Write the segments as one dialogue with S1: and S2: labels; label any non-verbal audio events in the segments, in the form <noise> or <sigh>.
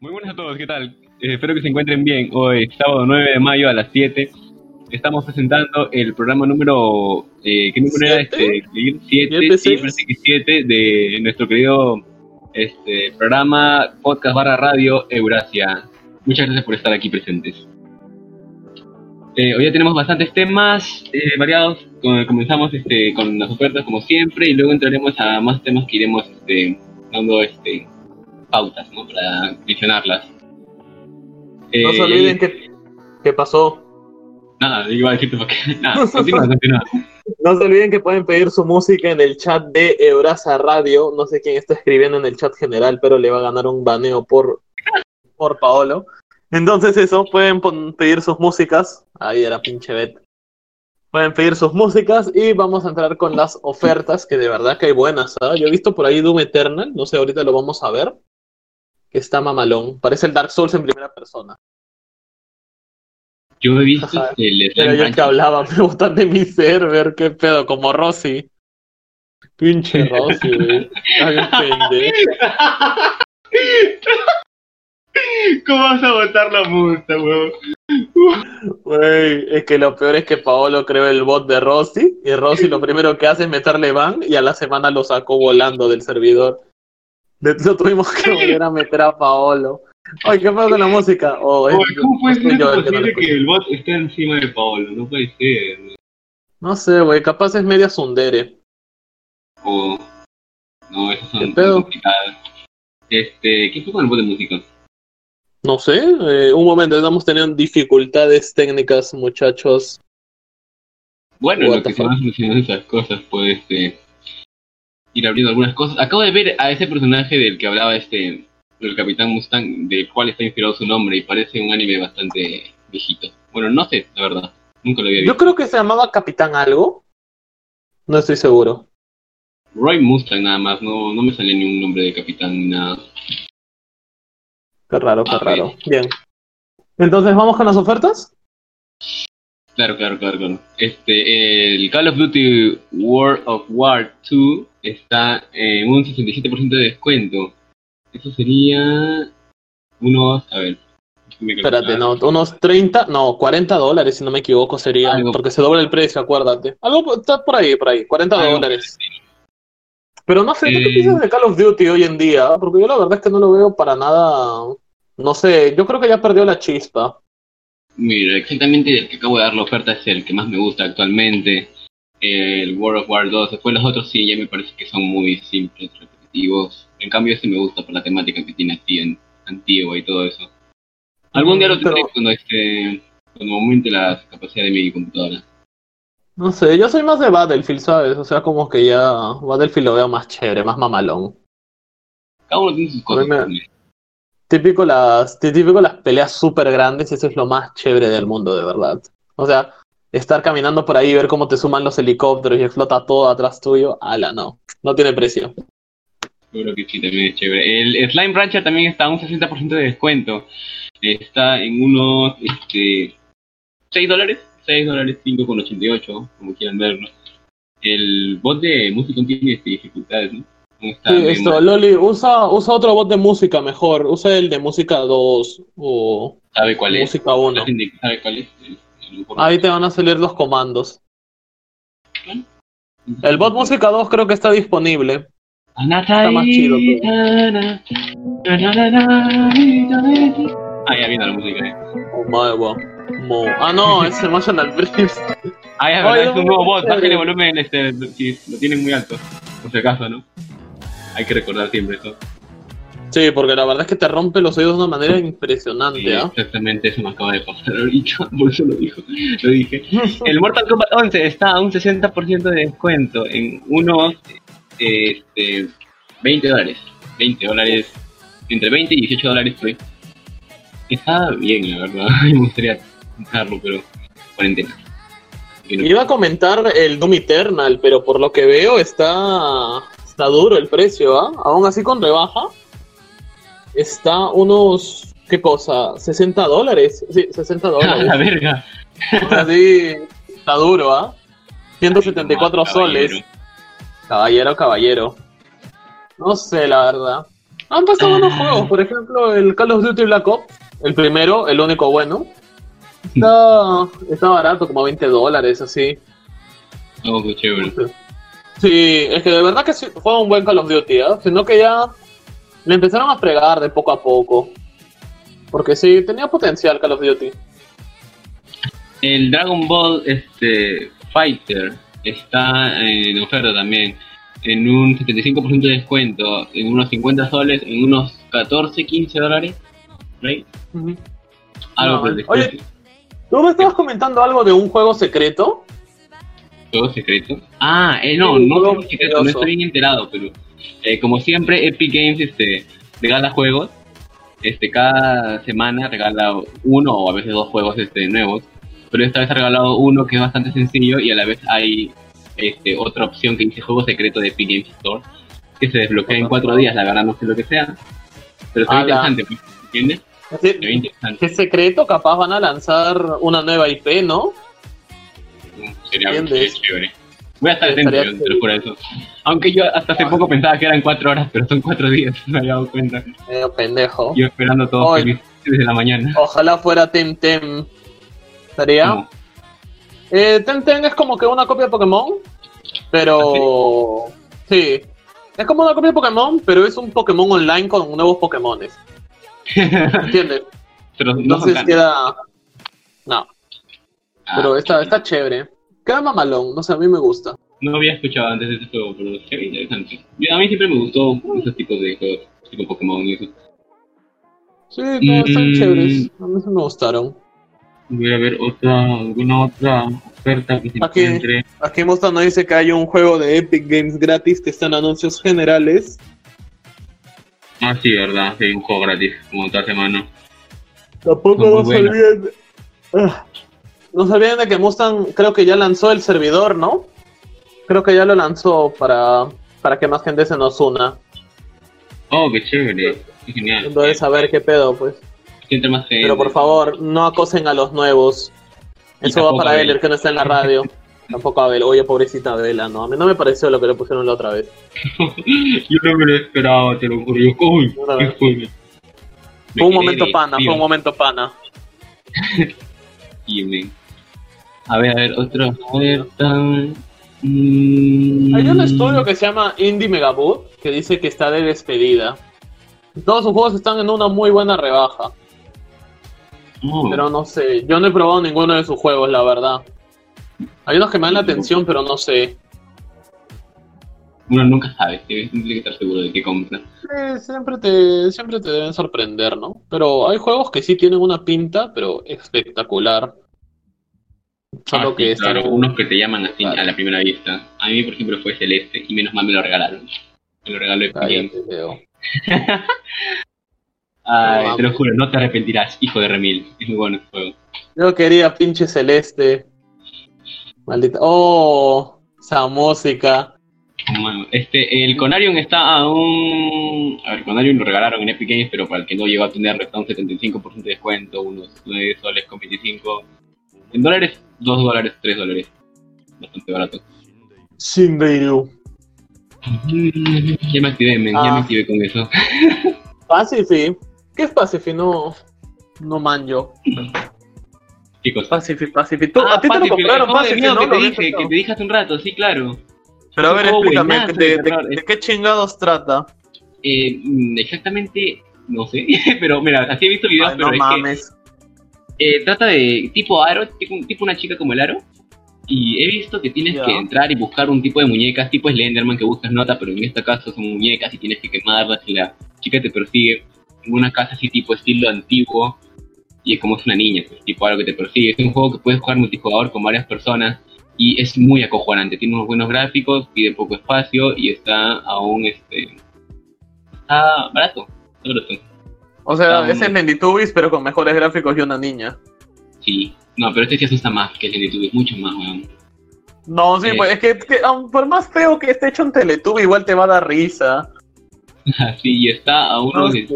S1: Muy buenas a todos, ¿qué tal? Eh, espero que se encuentren bien. Hoy, sábado 9 de mayo a las 7, estamos presentando el programa número. Eh, ¿Qué número era
S2: ¿Siete?
S1: este? 7, sí,
S2: ¿Siete,
S1: parece que 7 de nuestro querido este, programa podcast barra radio Eurasia. Muchas gracias por estar aquí presentes. Eh, hoy ya tenemos bastantes temas eh, variados. Com- Comenzamos este, con las ofertas como siempre y luego entraremos a más temas que iremos este, dando este, pautas ¿no? para mencionarlas.
S2: No se
S1: Eh,
S2: olviden que, que pasó.
S1: Nada, iba a decirte porque. <laughs>
S2: <laughs>
S1: Nada, continúa, continúa.
S2: No se olviden que pueden pedir su música en el chat de Euraza Radio. No sé quién está escribiendo en el chat general, pero le va a ganar un baneo por, por Paolo. Entonces eso, pueden pon- pedir sus músicas. Ahí era pinche Bet. Pueden pedir sus músicas y vamos a entrar con las ofertas, que de verdad que hay buenas. ¿ah? Yo he visto por ahí Doom Eternal, no sé, ahorita lo vamos a ver. Que está mamalón. Parece el Dark Souls en primera persona.
S1: Yo he visto
S2: Ajá.
S1: el Slime
S2: Pero yo que
S1: Rancher.
S2: hablaba, <laughs> me botan de mi server, qué pedo, como Rosy. Pinche Rosy, güey. Ay, pendejo.
S1: ¿Cómo vas a botar la multa, weón?
S2: Güey, es que lo peor es que Paolo creó el bot de Rosy, y Rosy lo primero que hace es meterle ban, y a la semana lo sacó volando del servidor. De- Lo tuvimos
S1: <laughs>
S2: que volver a meter a Paolo. Ay, qué pedo con la música. Oh, es-
S1: Oye, ¿Cómo puede
S2: soy
S1: ser
S2: yo el que no la
S1: posible
S2: escucho.
S1: que el bot esté encima de Paolo? No puede ser.
S2: No sé, güey, capaz es media sundere.
S1: O... No, esas son
S2: ¿Qué pedo?
S1: complicadas. Este, ¿qué fue con el bot de música?
S2: No sé, eh, un momento, estamos teniendo dificultades técnicas, muchachos.
S1: Bueno, en
S2: What
S1: lo
S2: the
S1: que se
S2: fuck.
S1: van solucionando esas cosas, puedes este, ir abriendo algunas cosas. Acabo de ver a ese personaje del que hablaba este, el Capitán Mustang, del cual está inspirado su nombre y parece un anime bastante viejito. Bueno, no sé, la verdad. Nunca lo había
S2: Yo
S1: visto.
S2: creo que se llamaba Capitán Algo. No estoy seguro.
S1: Roy Mustang nada más, no, no me salía ni un nombre de capitán ni nada.
S2: Qué raro, qué
S1: Ah,
S2: raro. Bien. Entonces, ¿vamos con las ofertas?
S1: Claro, claro, claro, claro. Este, el Call of Duty World of War 2 está en un 67% de descuento. Eso sería unos, a ver. déjame
S2: Espérate,
S1: calcular.
S2: no, unos 30, no, 40 dólares, si no me equivoco, sería.
S1: Algo.
S2: Porque se dobla el precio, acuérdate. Algo está por ahí, por ahí, 40
S1: Algo.
S2: dólares. Pero no sé, ¿tú qué
S1: Eh.
S2: piensas de Call of Duty hoy en día? Porque yo la verdad es que no lo veo para nada. No sé, yo creo que ya perdió la chispa.
S1: Mira, exactamente el que acabo de dar la oferta es el que más me gusta actualmente. El World of War 2. Después los otros sí, ya me parece que son muy simples, repetitivos. En cambio, ese me gusta por la temática que tiene así en- antigua y todo eso. Algún día lo tendré
S2: Pero-
S1: cuando, este, cuando aumente la capacidad de mi computadora.
S2: No sé, yo soy más de Battlefield, ¿sabes? O sea, como que ya Battlefield lo veo más chévere, más mamalón.
S1: Cada uno tiene sus cosas.
S2: Bueno.
S1: también.
S2: Típico las, tí- típico las peleas súper grandes, eso es lo más chévere del mundo, de verdad. O sea, estar caminando por ahí y ver cómo te suman los helicópteros y explota todo atrás tuyo, ala, no, no tiene precio.
S1: Yo creo que sí, también es chévere. El Slime Rancher también está a un 60% de descuento. Está en unos este, 6 dólares, 6 dólares 5,88, como quieran verlo. El bot de música tiene este, dificultades, ¿no? No está
S2: Sí,
S1: bien
S2: esto,
S1: mal.
S2: Loli, usa, usa otro bot de música mejor, usa el de música 2 o
S1: ¿Sabe cuál es?
S2: música 1.
S1: ¿Sabe cuál es? El- el-
S2: Ahí te van a salir los comandos. El bot música 2 creo que está disponible.
S1: Está
S2: más chido, pero-
S1: Ah, ya viene la música. eh.
S2: Oh, my God. Mo- Ah, no, es Emotional
S1: <laughs>
S2: Briefs.
S1: Ah, es
S2: Ay,
S1: verdad, es
S2: no,
S1: un nuevo bot.
S2: no,
S1: Bájale
S2: no.
S1: volumen, este, si lo tienen muy alto. Por si acaso, ¿no? Hay que recordar siempre eso.
S2: Sí, porque la verdad es que te rompe los oídos de una manera impresionante,
S1: Sí,
S2: ¿ah?
S1: exactamente eso me acaba de pasar ahorita, <laughs> por eso lo, dijo, lo
S2: <laughs>
S1: dije. El Mortal Kombat 11 está a un 60% de descuento en unos eh, este, 20 dólares. 20 dólares, entre 20 y 18 dólares por ahí. Está bien, la verdad. <laughs> Me gustaría comprarlo, pero cuarentena. Así que <laughs> no-
S2: Iba a comentar el Doom Eternal, pero por lo que veo está, está duro el precio, ¿ah? Aún así con rebaja. Está unos, ¿qué cosa? 60 dólares. Sí, 60
S1: ¡Ah, la <laughs>
S2: dólares.
S1: verga!
S2: así está duro, ¿ah? 174
S1: Caballero.
S2: soles. Caballero, caballero. No sé, la verdad. Han pasado buenos juegos, por ejemplo, el Call of Duty Black Ops, el primero, el único bueno. Está, está barato, como 20 dólares, así.
S1: No, qué chévere.
S2: Sí, es que de verdad que sí, fue un buen Call of Duty, ¿ah? sino que ya le empezaron a fregar de poco a poco. Porque sí, tenía potencial Call of Duty.
S1: El Dragon Ball este, Fighter está en oferta también. En un 75% de descuento, en unos 50 soles, en unos 14, 15 dólares. ¿Right?
S2: Ujú.
S1: Algo
S2: No,
S1: por el estilo.
S2: oye. Tú me estabas comentando algo de un juego secreto.
S1: ¿Todo secreto? Ah, eh, no,
S2: Sí,
S1: no
S2: todo
S1: tengo secreto, no
S2: misterioso.
S1: estoy bien enterado, pero eh, como siempre, Epic Games este, regala juegos. Este, cada semana regala uno o a veces dos juegos este, nuevos. Pero esta vez ha regalado uno que es bastante sencillo y a la vez hay este, otra opción que dice juego secreto de Epic Games Store que se desbloquea en cuatro días. La verdad, no sé lo que sea, pero está
S2: Ala.
S1: interesante, pues, ¿entiendes?
S2: Es decir,
S1: Se ve interesante.
S2: ¿Qué secreto? Capaz van a lanzar una nueva IP, ¿no?
S1: Sería
S2: ¿Entiendes?
S1: sería chévere. Voy a estar atento,
S2: Estaría Ah.
S1: yo te lo juro eso. Aunque yo hasta hace poco pensaba que eran cuatro horas, pero son cuatro días, <laughs> me había dado cuenta.
S2: Medio Eh, pendejo.
S1: Yo esperando todo
S2: Ay.
S1: feliz desde la mañana.
S2: Ojalá fuera Temtem. ¿Sería?
S1: No,
S2: Eh, Temtem es como que una copia de Pokémon, pero...
S1: ¿Ah,
S2: sí. Es como una copia de Pokémon, pero es un Pokémon online con nuevos
S1: <laughs>
S2: Pokémones. ¿Entiendes?
S1: pero no son
S2: Entonces
S1: tan-
S2: queda... No,
S1: Ah,
S2: pero está, está chévere. Queda mamalón, no sé, a mí me gusta.
S1: No había escuchado antes de este juego, pero se ve interesante. Yo- a mí siempre me gustó esos tipos de juegos, tipo Pokémon y eso.
S2: Sí, no, están
S1: Mm.
S2: chéveres. A mí sí me gustaron.
S1: Voy a ver otra, alguna otra oferta que se
S2: Aquí.
S1: encuentre.
S2: Aquí Mosta nos dice que hay un juego de Epic Games gratis que está en anuncios generales.
S1: Ah, sí, verdad, sí, un juego gratis, como toda semana.
S2: Tampoco
S1: Muy
S2: no se
S1: bueno.
S2: olviden. Ah. No se olviden de que Mustang creo que ya lanzó el servidor, ¿no? Creo que ya lo lanzó para, para que más gente se nos una.
S1: Oh, qué chévere, qué genial.
S2: Entonces, a ver qué pedo, pues.
S1: Siente más gente.
S2: Pero por favor, no acosen a los nuevos.
S1: Y
S2: Eso va
S1: tampoco a
S2: para él,
S1: Bella.
S2: el que no está en
S1: <laughs>
S2: la radio. Tampoco a Bel. Oye, pobrecita Bela, no. A mí no me pareció lo que le pusieron la otra vez.
S1: Yo no me lo esperaba, te lo juro. Yo, uy,
S2: Una
S1: qué
S2: vez.
S1: juego.
S2: Fue un momento pana, fue un momento pana.
S1: momento. A ver, a ver, otra oferta.
S2: Hay
S1: Hay
S2: un estudio que se llama Indie Megaboot que dice que está de despedida. Todos sus juegos están en una muy buena rebaja, pero no sé. Yo no he probado ninguno de sus juegos, la verdad. Hay unos que me dan la atención, pero no sé.
S1: Uno nunca sabe, tienes tienes que estar seguro de qué compra.
S2: Eh, siempre, te, siempre te deben sorprender, ¿no? Pero hay juegos que sí tienen una pinta, pero espectacular. Solo
S1: Ah,
S2: que este-
S1: sí,
S2: están-
S1: claro, unos que te llaman así
S2: Claro.
S1: a la primera vista. A mí, por ejemplo, fue Celeste y menos mal me lo regalaron. Me lo regaló Epic Games.
S2: Cállate, Leo.
S1: Ay,
S2: No,
S1: te lo juro, no te arrepentirás, hijo de Remil. Es muy bueno el juego.
S2: Yo quería pinche celeste. Maldita. Oh, esa música.
S1: Mano, Este, el Conarion está a un... A ver, Conarion lo regalaron en Epic Games, pero para el que no llegó a tenerlo está a un 75% de descuento, unos 9 soles con 25. En dólares, 2 dólares, 3 dólares. Bastante barato.
S2: Shindeiru.
S1: Mm, Ya me activé, men, ya
S2: Ah.
S1: me activé con eso. <laughs>
S2: Pacifi. ¿Qué es Pacifi? No, no manjo.
S1: Chicos.
S2: Pacifi, Pacifi. Tú,
S1: Ah,
S2: a ti te lo
S1: Pacific,
S2: compraron
S1: el juego de
S2: Pacifi,
S1: miedo
S2: ¿no?
S1: que
S2: Lo
S1: te
S2: viste
S1: dije,
S2: tú.
S1: que te dije hace un rato, sí, claro.
S2: Pero a ver,
S1: Oh,
S2: explícame,
S1: buenazo,
S2: ¿de,
S1: de
S2: de-
S1: terror.
S2: de qué chingados trata?
S1: Eh, mm, exactamente, no sé, <laughs> pero mira, así he visto videos,
S2: Ay,
S1: pero
S2: no
S1: es que...
S2: mames.
S1: Eh, trata de tipo aro, tipo, tipo una chica como el aro. Y he visto que tienes
S2: Ya.
S1: que entrar y buscar un tipo de muñecas, tipo Slenderman que buscas nota, pero en este caso son muñecas y tienes que quemarlas y la chica te persigue en una casa así tipo estilo antiguo. Y es como es una niña, pues, tipo aro que te persigue. Es un juego que puedes jugar multijugador con varias personas y es muy acojonante. Tiene unos buenos gráficos, pide poco espacio y está aún este... Está barato. está barato.
S2: O sea,
S1: Um,
S2: es el Nenditubis, pero con mejores gráficos y una niña.
S1: Sí. No, pero este sí asusta más que el de YouTube, es mucho más, weón.
S2: No, sí,
S1: eh.
S2: pues es que, que, aun por más feo que esté hecho un Teletubby, igual te va a dar risa.
S1: Así, y está a
S2: No
S1: unos.
S2: sé.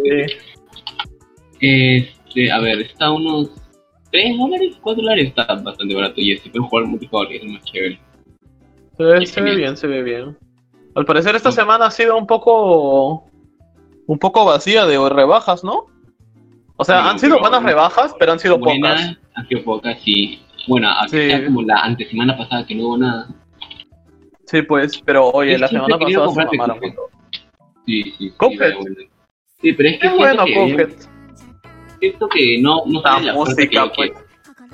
S1: Este, a ver, está a unos 3 dólares, 4 dólares, está bastante barato. Y este, pero jugar multijugador es más chévere.
S2: Se ve, se ve bien, se ve bien. Al parecer esta
S1: Sí.
S2: semana ha sido un poco un poco vacía de rebajas, ¿no? O sea,
S1: Sí,
S2: han sido
S1: pero-
S2: buenas rebajas, pero han sido
S1: Buena,
S2: pocas.
S1: ha sido pocas, sí. Bueno, así
S2: Sí.
S1: sea como la antesemana pasada que no hubo nada.
S2: Sí, pues, pero oye,
S1: Yo
S2: la
S1: siempre
S2: semana
S1: he querido
S2: pasada se
S1: comprarte
S2: mamaron.
S1: Cuphead. Sí, sí, sí.
S2: Cuphead.
S1: bueno. Sí, pero es que
S2: Qué
S1: siento
S2: bueno,
S1: que-
S2: Cuphead.
S1: Siento que no, no
S2: La
S1: sale la oferta que
S2: música, pues.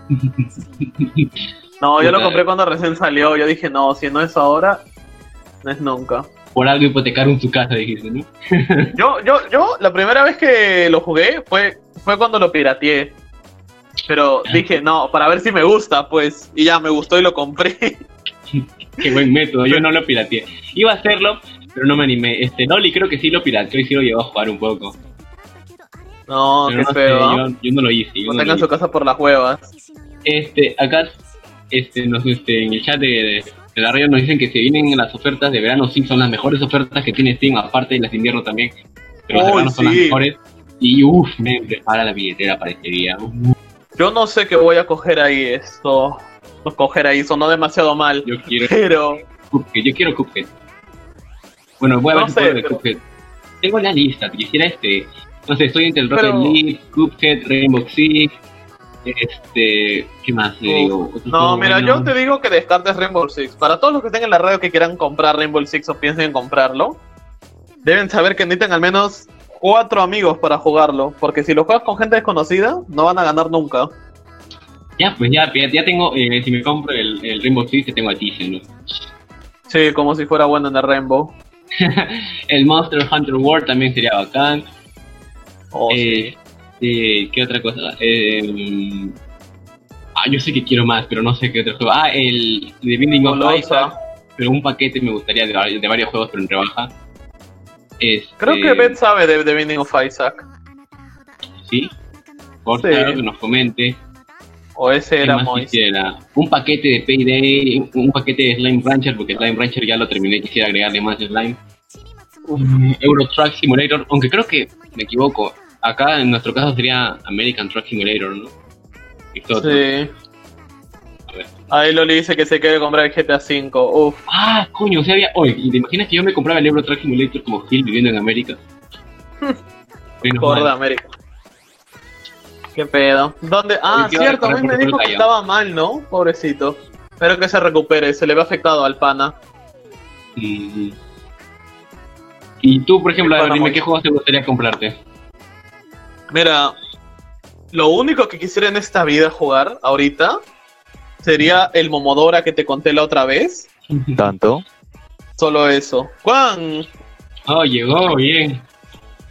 S1: yo quiero.
S2: No, yo lo
S1: Puta.
S2: compré cuando recién salió. Yo dije, no, si no es ahora, no es nunca.
S1: Por algo hipotecaron su casa, dijiste, ¿no? <laughs>
S2: Yo, yo, yo, la primera vez que lo jugué fue, fue cuando lo pirateé. Pero dije, no, para ver si me gusta, pues. Y ya me gustó y lo compré. <laughs>
S1: Qué buen método, yo no lo pirateé. Iba a hacerlo, pero no me animé. Este, Noli creo que sí lo pirateó y sí lo llevó a jugar un poco.
S2: No,
S1: Pero
S2: qué
S1: no sé,
S2: feo. ¿ah?
S1: yo, yo no lo hice. yo no
S2: Mantengan
S1: lo
S2: su
S1: hice.
S2: casa por las huevas.
S1: Este, acá, este, nos, este, en el chat de, de- de la radio nos dicen que se vienen las ofertas de verano, sí, son las mejores ofertas que tiene Steam, aparte de las de invierno también. Pero las de
S2: Uy,
S1: verano son las
S2: sí.
S1: mejores. Y uff, me prepara la billetera para este día. Uf,
S2: Yo no sé qué voy a coger ahí esto. No coger ahí, sonó demasiado mal.
S1: yo quiero
S2: Pero
S1: Cuphead, yo quiero Cuphead. Bueno, voy a
S2: No
S1: ver si
S2: sé,
S1: puedo de
S2: pero-
S1: Cuphead. Tengo la lista, quisiera este. No sé, estoy entre el Rocket
S2: Pero-
S1: League, Cuphead, Rainbow Six. Este. ¿Qué más le
S2: Uf,
S1: digo? Otro
S2: No,
S1: juego
S2: mira,
S1: bueno.
S2: yo te digo que descartes Rainbow Six. Para todos los que estén en la radio que quieran comprar Rainbow Six o piensen en comprarlo, deben saber que necesitan al menos cuatro amigos para jugarlo. Porque si lo juegas con gente desconocida, no van a ganar nunca.
S1: Ya, pues ya, ya, ya tengo. eh, si me compro el, el Rainbow Six, te tengo a ti, ¿no?
S2: Sí, como si fuera bueno en el Rainbow.
S1: El Monster Hunter World también sería bacán.
S2: Oh,
S1: Eh, eh, ¿Qué otra cosa? Eh, ah, yo sé que quiero más, pero no sé qué otro juego. Ah, el The Binding of
S2: Golosa.
S1: Isaac. Pero un paquete me gustaría de, vari- de varios juegos, pero en rebaja. Este,
S2: Creo que Ben sabe de The Binding of Isaac.
S1: Sí. Por
S2: Sí.
S1: favor, que nos comente.
S2: O ese
S1: ¿Qué
S2: era
S1: más
S2: Mois.
S1: quisiera? Un paquete de Payday, un- un paquete de Slime Rancher, porque Slime Rancher ya lo terminé, quisiera agregarle más Slime. Un Euro Truck Simulator, aunque creo que me equivoco. Acá en nuestro caso sería American Truck Simulator, ¿no? Y todo.
S2: Sí.
S1: A ver.
S2: Ahí Loli dice que se quiere comprar el GTA V. Uf,
S1: Ah, coño, o sea, había... Oye, ¿y ¿te imaginas que yo me compraba el Euro Truck Simulator como Phil viviendo en
S2: <laughs>
S1: América? Menos mal.
S2: gorda América. ¿Qué pedo? ¿Dónde? Ah,
S1: Oye, ¿qué va a
S2: cierto, a mí
S1: recorrer por todo
S2: me dijo
S1: el
S2: que
S1: Callao?
S2: estaba mal, ¿no? Pobrecito. Espero que se recupere, se le ve afectado al pana.
S1: Mm. Y tú, por ejemplo, a ver,
S2: Para
S1: dime
S2: Moy.
S1: qué juegos te gustaría comprarte.
S2: <laughs> Mira, lo único que quisiera en esta vida jugar ahorita sería el Momodora que te conté la otra vez.
S3: Tanto,
S2: Solo eso. Juan,
S1: Oh, llegó, bien.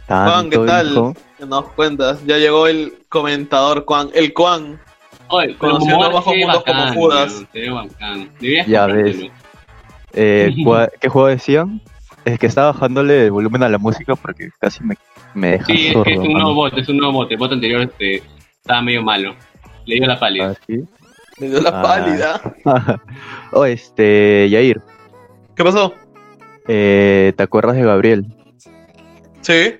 S2: Juan, ¿qué
S3: tanto,
S2: tal?
S3: hijo.
S2: ¿qué nos cuentas? Ya llegó el comentador Juan, el Juan.
S1: Oye, pero
S2: Conociendo
S1: Momodora
S2: bajo
S1: se ve
S2: mundos como
S1: bacán,
S2: Judas.
S1: weón, se ve bacán. Deberías
S3: Ya
S1: comprártelo.
S2: <laughs>
S3: Eh, cua- ¿Qué juego decían? Es que estaba bajándole el volumen a la música porque casi me, me deja
S1: Sí, es
S3: sordo.
S1: que es un
S3: mano.
S1: nuevo
S3: <laughs>
S1: bot, es un nuevo bot. El bot anterior este, estaba medio malo. Le dio la pálida.
S3: Ah, ¿sí?
S2: Me dio la
S3: Ah.
S2: pálida.
S3: <laughs> oh, este, Yair,
S2: ¿Qué pasó?
S3: eh, ¿te acuerdas de Gabriel?
S2: Sí.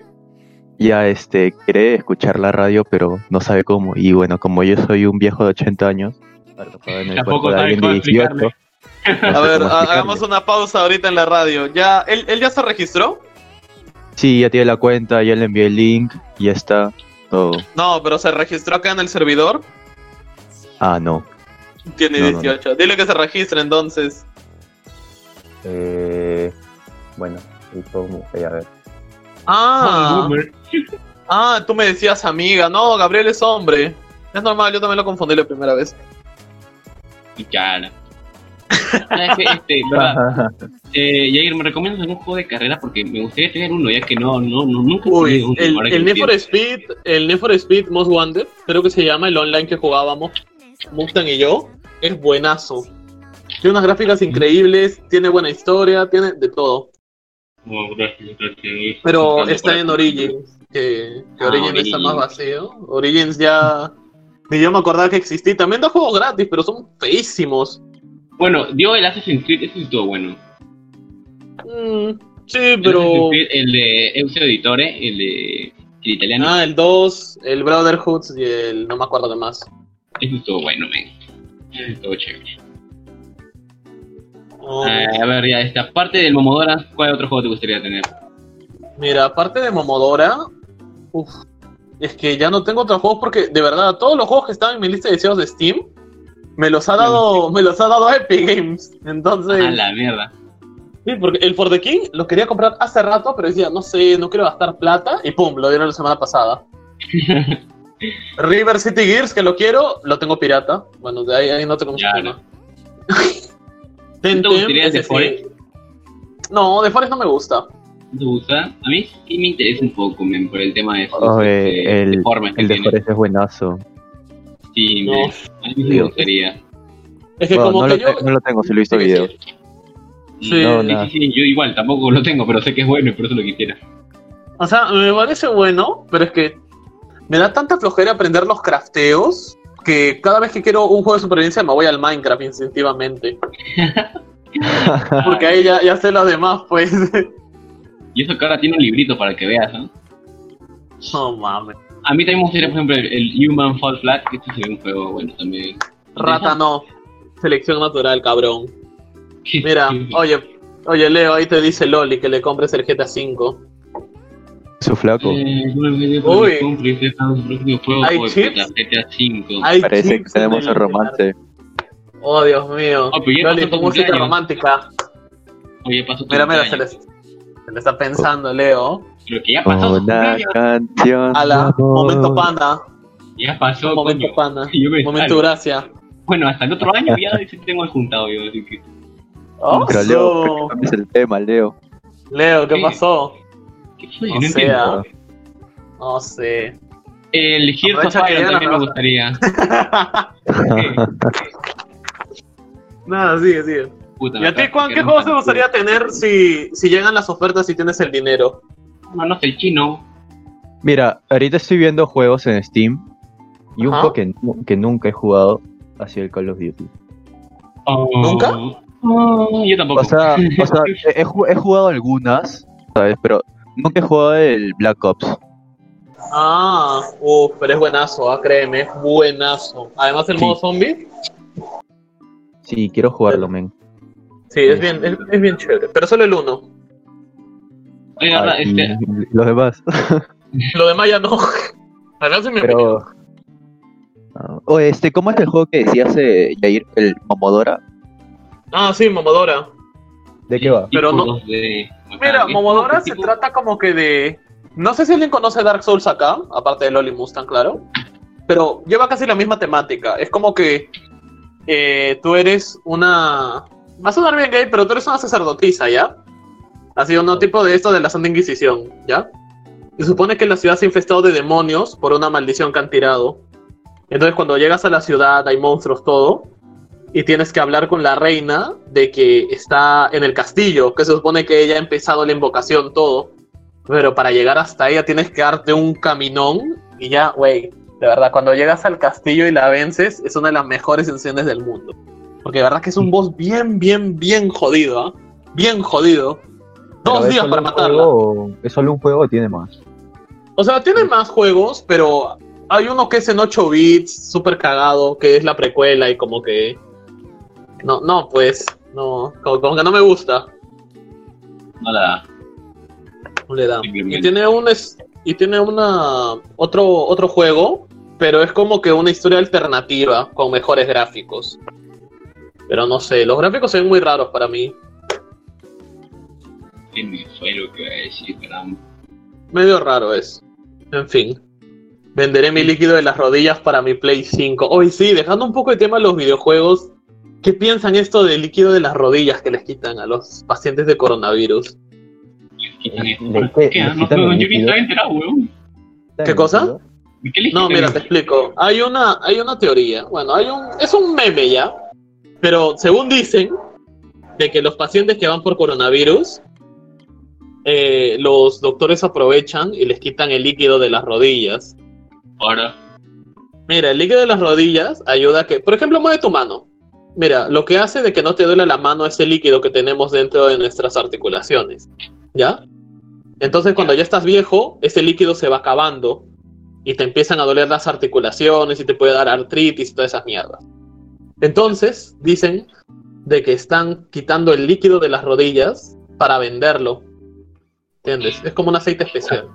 S3: Ya, este, quiere escuchar la radio, pero no sabe cómo. Y bueno, como yo soy un viejo de 80 años, atrapado en el
S1: Tampoco
S3: cuerpo de
S1: sabe
S3: alguien
S1: cómo
S3: de 18, no sé
S2: <laughs> A
S3: cómo
S2: ver, ha-
S3: explicarle.
S2: hagamos una pausa ahorita en la radio. Ya, él, él ya se registró.
S3: Sí, ya tiene la cuenta, ya le envié el link, ya está. Oh, todo.
S2: No, pero se registró acá en el servidor.
S3: Ah, no.
S2: Tiene
S3: No, no, no.
S2: 18. Dile que se registre entonces.
S4: Eh, bueno, y cómo, eh, a ver.
S2: Ah,
S1: Boomer.
S2: ah, tú me decías amiga. No, Gabriel es hombre. Es normal, yo también lo confundí la primera vez.
S1: Y cara. ¿Sabes qué? Este, verdad, eh, Jair, ¿me recomiendas algún juego de carrera? Porque me gustaría tener uno, ya que no, no, no nunca he
S2: Uy,
S1: tenido uno,
S2: el,
S1: ahora que
S2: el
S1: lo
S2: Need for
S1: pienso.
S2: Speed, el Need for Speed Most Wanted, creo que se llama el online que jugábamos, Mustang y yo, es buenazo. Tiene unas gráficas increíbles, tiene buena historia, tiene de todo.
S1: No, gracias, gracias.
S2: Pero
S1: Buscando
S2: está
S1: para-
S2: en Origins, que, que
S1: Ah,
S2: Origins está
S1: Origins.
S2: más vacío. Origins ya... Ni yo me acordaba que existí. También da juegos gratis, pero son feísimos.
S1: Bueno, dio el Assassin's Creed, ese sí estuvo bueno.
S2: Mm, sí,
S1: El Assassin's
S2: pero...
S1: Creed, El de Euseo Editore, el de el italiano,
S2: Ah, el 2, el Brotherhood y el... no me acuerdo de más.
S1: ese estuvo bueno, men. Ese estuvo chévere.
S2: Oh.
S1: Ah, a ver, ya esta parte del Momodora, ¿cuál otro juego te gustaría tener?
S2: Mira, aparte de Momodora, uf, es que ya no tengo otros juegos porque de verdad todos los juegos que estaban en mi lista de deseos de Steam me los ha dado, me los ha dado Epic Games. Entonces,
S1: A la mierda.
S2: sí, porque el For the King lo quería comprar hace rato, pero decía, no sé, no quiero gastar plata y pum, lo dieron la
S1: <laughs>
S2: semana pasada. River City Gears, que lo quiero, lo tengo pirata. Bueno, de ahí, ahí no tengo mucho
S1: Ya,
S2: problema. <laughs>
S1: ¿No te
S2: Temtem,
S1: gustaría el
S2: ese
S1: de
S2: sí.
S1: Forest?
S2: No, de Forest no me gusta.
S1: ¿No ¿Te gusta? A mí sí me interesa un poco, men, por el tema de sus
S3: Oh,
S1: este,
S3: eh, el-
S1: formas que
S3: <laughs> El de
S1: tiene.
S3: Forest es buenazo.
S1: Sí,
S2: No.
S1: men, a mí sí me
S3: Digo.
S1: gustaría.
S2: Es que
S3: Bueno,
S2: como
S3: no,
S2: que
S3: lo
S2: yo.
S3: te- no lo tengo, si lo he visto
S2: Sí,
S3: video.
S2: Sí.
S3: No,
S1: sí,
S3: nada.
S1: sí, sí, yo igual tampoco lo tengo, pero sé que es bueno y por eso lo quisiera.
S2: O sea, me parece bueno, pero es que me da tanta flojera aprender los crafteos que cada vez que quiero un juego de supervivencia me voy al Minecraft instintivamente. <laughs> Porque ahí ya, ya sé los demás, pues. <laughs>
S1: Y eso que ahora tiene un librito para que veas, ¿no?
S2: No mames.
S1: A mí también me gustaría, por ejemplo, el, el Human Fall Flat, que este sería un juego bueno también.
S2: Rata no. Selección natural, cabrón.
S1: Sí,
S2: Mira,
S1: sí.
S2: oye, oye Leo, ahí te dice Loli que le compres el GTA V.
S3: Su flaco.
S1: Eh, yo me quedé
S2: Uy.
S1: por el compre, este es un próximo juego
S2: ¿Hay
S1: por
S2: chips?
S1: la GTA 5.
S2: Hay
S3: Parece que
S2: chips en
S3: tenemos
S2: el
S3: un romance.
S2: Oh, Dios mío.
S1: Oh, pero ya
S2: Loli,
S1: pasó
S2: pon
S1: tu
S2: música
S1: cumpleaños.
S2: romántica.
S1: Oye, pasó tu
S2: Mira, mira,
S1: cumpleaños.
S2: se le, se le está pensando, Leo.
S1: Pero que ya pasó. su
S3: Una
S1: cumpleaños.
S3: canción.
S2: Ala,
S3: de amor.
S2: momento pana.
S1: Ya pasó.
S2: Momento
S1: coño.
S2: pana.
S1: Yo me
S2: Momento
S1: salgo.
S2: gracia.
S1: Bueno, hasta el otro
S3: <laughs>
S1: año ya sí tengo el juntado yo, así que.
S2: Oh,
S3: Pero Leo, ¿por qué
S2: so.
S3: cambias el tema, Leo?
S2: Leo, ¿qué
S1: Sí.
S2: pasó?
S1: ¿Qué fue?
S2: O
S1: No
S2: sea,
S1: entiendo.
S2: No sé.
S1: El Gears of
S2: aprovecha que
S1: Fire
S2: ya
S1: también
S2: no
S1: me
S2: me
S1: gustaría.
S2: Nada, sigue, sigue.
S1: Puta,
S2: ¿Y a ti,
S1: acá,
S2: Juan,
S1: que
S2: qué
S1: no
S2: juego te
S1: tanto.
S2: gustaría tener si, si llegan las ofertas y tienes el dinero?
S1: No, no sé, chino.
S3: <laughs> Mira, ahorita estoy viendo juegos en Steam y un
S2: Ajá.
S3: juego que, nu- que nunca he jugado ha sido el Call of Duty.
S1: Oh.
S2: ¿Nunca?
S1: Oh, yo tampoco.
S3: O sea, o sea, he, he ju- he jugado algunas, ¿sabes? Pero nunca he jugado el Black Ops.
S2: Ah, uh, pero es buenazo, ah, créeme, es buenazo. Además, el
S3: Sí.
S2: modo zombie,
S3: Sí, quiero jugarlo, men.
S2: sí, es bien, es, es bien chévere. Pero solo el uno. <laughs>
S1: Oye,
S2: Ah,
S1: ahora,
S3: Ay,
S1: este,
S3: y <laughs> Los demás.
S2: Lo demás ya no. <laughs> Además, en mi opinión.
S3: Pero. Ah, Oye, este, ¿cómo es el juego que decías, eh, Jair? El Momodora.
S2: Ah, sí, Momodora.
S3: ¿De qué va?
S2: Pero
S1: tipo
S2: no-
S1: 2D, o sea,
S2: Mira,
S1: es
S2: Momodora
S1: como
S2: se
S1: tipo-
S2: trata como que de. No sé si alguien conoce Dark Souls acá, aparte de Loli Mustang, claro. Pero lleva casi la misma temática. Es como que eh, tú eres una. Va a sonar bien gay, pero tú eres una sacerdotisa, ¿ya? Así, un tipo de esto de la Santa Inquisición, ¿ya? Se supone que la ciudad se ha infestado de demonios por una maldición que han tirado. Entonces, cuando llegas a la ciudad, hay monstruos, todo y tienes que hablar con la reina de que está en el castillo, que se supone que ella ha empezado la invocación, todo. Pero para llegar hasta ella tienes que darte un caminón y ya, güey, de verdad, cuando llegas al castillo y la vences, es una de las mejores escenas del mundo. Porque de verdad que es un boss bien, bien, bien jodido, ¿ah? Bien jodido. Dos días para matarla.
S3: ¿Es solo un juego o tiene más?
S2: O sea, tiene más juegos, pero hay uno que es en 8 bits, súper cagado, que es la precuela y como que... No, no, pues, no, como, como que no me gusta,
S1: No la da.
S2: no le da. Y
S1: Simplemente.
S2: tiene un es- y tiene una otro otro juego, pero es como que una historia alternativa con mejores gráficos. Pero no sé, los gráficos son muy raros para mí.
S1: Se me fue lo que iba a decir, caramba.
S2: Medio raro es. En fin. Venderé mi líquido de las rodillas para mi Play 5. Hoy sí, dejando un poco de tema los videojuegos. ¿Qué piensan esto del líquido de las rodillas que les quitan a los pacientes de coronavirus?
S1: Quitan
S4: ¿De
S1: esto.
S4: qué?
S1: ¿Por qué?
S4: ¿Le
S1: No,
S4: quitan
S1: no, yo
S4: el
S1: ni
S4: líquido?
S1: estaba enterado, weón.
S2: ¿Qué cosa?
S1: ¿De qué le
S2: No,
S1: quitan
S2: mira,
S1: el-
S2: te explico. Hay una, hay una teoría. Bueno, hay un, es un meme ya. Pero según dicen, de que los pacientes que van por coronavirus, eh, los doctores aprovechan y les quitan el líquido de las rodillas.
S1: Ahora,
S2: Mira, el líquido de las rodillas ayuda a que, por ejemplo, mueve tu mano. Mira, lo que hace de que no te duele la mano es el líquido que tenemos dentro de nuestras articulaciones. ¿Ya? Entonces, cuando ya estás viejo, ese líquido se va acabando y te empiezan a doler las articulaciones y te puede dar artritis y todas esas mierdas. Entonces, dicen de que están quitando el líquido de las rodillas para venderlo. ¿Entiendes? Es como un aceite especial.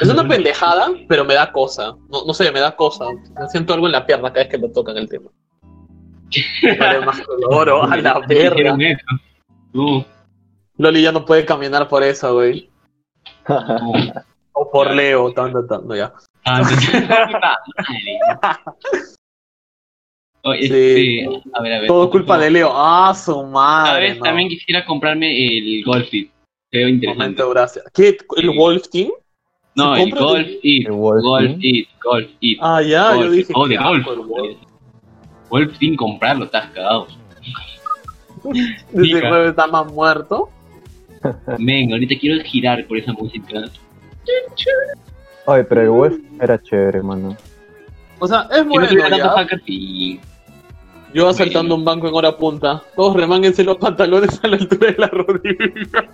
S2: Es una pendejada, pero me da cosa. No, no sé, me da cosa. Siento algo en la pierna cada vez que me tocan
S1: <laughs>
S2: el tema. Vale más color, oh, a la verga.
S1: Dijeron eso. No,
S2: Loli ya no puede caminar por eso, güey. <laughs>
S1: no.
S2: O por Leo, tanto, tanto, ya.
S1: Ah, entonces- Oye,
S2: Sí.
S1: este, a ver, a ver.
S2: Todo culpa de Leo. Ah, su
S1: Esta
S2: madre.
S1: vez
S2: no.
S1: también quisiera comprarme el Golf It. Se ve interesante.
S2: Momento, gracias. ¿Qué? ¿El
S1: Sí.
S2: Wolf Team?
S1: No, el
S2: Cómprate.
S1: Golf It.
S4: El Wolf
S1: Golf
S4: Team.
S1: It, Golf It.
S2: Ah, ya, yo
S1: Golf.
S2: dije.
S1: Oh,
S2: ¿qué
S1: de
S2: asco
S1: golf.
S2: el Wolf?
S1: Golf sin comprarlo, estás cagado.
S2: Desde
S1: Diga.
S2: jueves está más muerto. Ah.
S1: Men, ahorita quiero girar por esa música.
S4: Oye, pero el Wolf era chévere, mano.
S2: O sea, es
S1: Quiero
S2: bueno.
S1: girar tanto
S2: ya.
S1: hackers y.
S2: Yo asaltando un banco en hora punta. Todos remánguense los pantalones a la altura de la rodilla.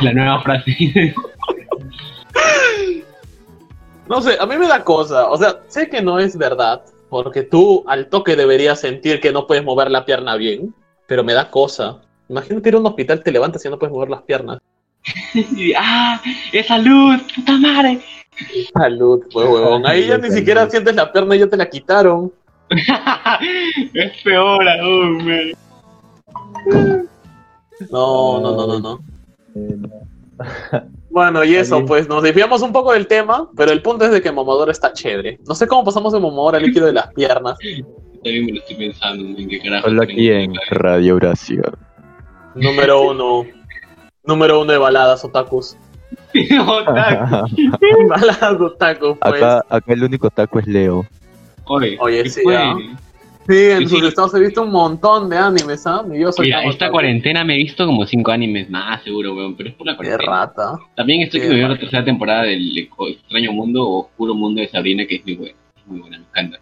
S1: La nueva frase. <laughs>
S2: No sé, a mí me da cosa. O sea, sé que no es verdad. Porque tú al toque deberías sentir que no puedes mover la pierna bien. Pero me da cosa. Imagínate ir a un hospital, te levantas y no puedes mover las piernas.
S1: ¡Ah! ¡Esa luz! ¡Puta madre! <laughs>
S2: Salud, pues, huevón. Ahí ya ni
S4: Salud.
S2: siquiera sientes la pierna y ya te la quitaron.
S1: es peor aún, men.
S2: No, no, no, no, no.
S4: Eh,
S2: Bueno, y eso,
S4: También.
S2: pues nos desviamos un poco del tema, pero el punto es de que Momodora está chévere. No sé cómo pasamos de Momodora al líquido de las piernas.
S1: También me lo estoy pensando, men, qué carajo.
S3: Solo aquí en
S2: <laughs>
S3: Radio Brasil.
S2: Número uno. Número uno de baladas, otakus.
S1: <laughs> Otaku.
S3: acá,
S2: <laughs> Baladas, otakus, pues.
S3: acá el único taco es Leo.
S1: Oye,
S2: Oye,
S1: ¿qué
S2: sí,
S1: fue?
S2: ah. Sí, en
S1: Sí,
S2: sus
S1: sí.
S2: estados he visto un montón de animes, ¿ah? Y yo soy
S1: Mira,
S2: tan
S1: esta
S2: otaku.
S1: cuarentena me he visto como cinco animes más, seguro, weón, pero es por la
S2: Qué
S1: cuarentena.
S2: rata.
S1: También estoy que
S2: Qué
S1: me veo la
S2: raro.
S1: tercera temporada del extraño mundo o oscuro mundo de Sabrina, que es muy buena. es Muy buena, me encanta.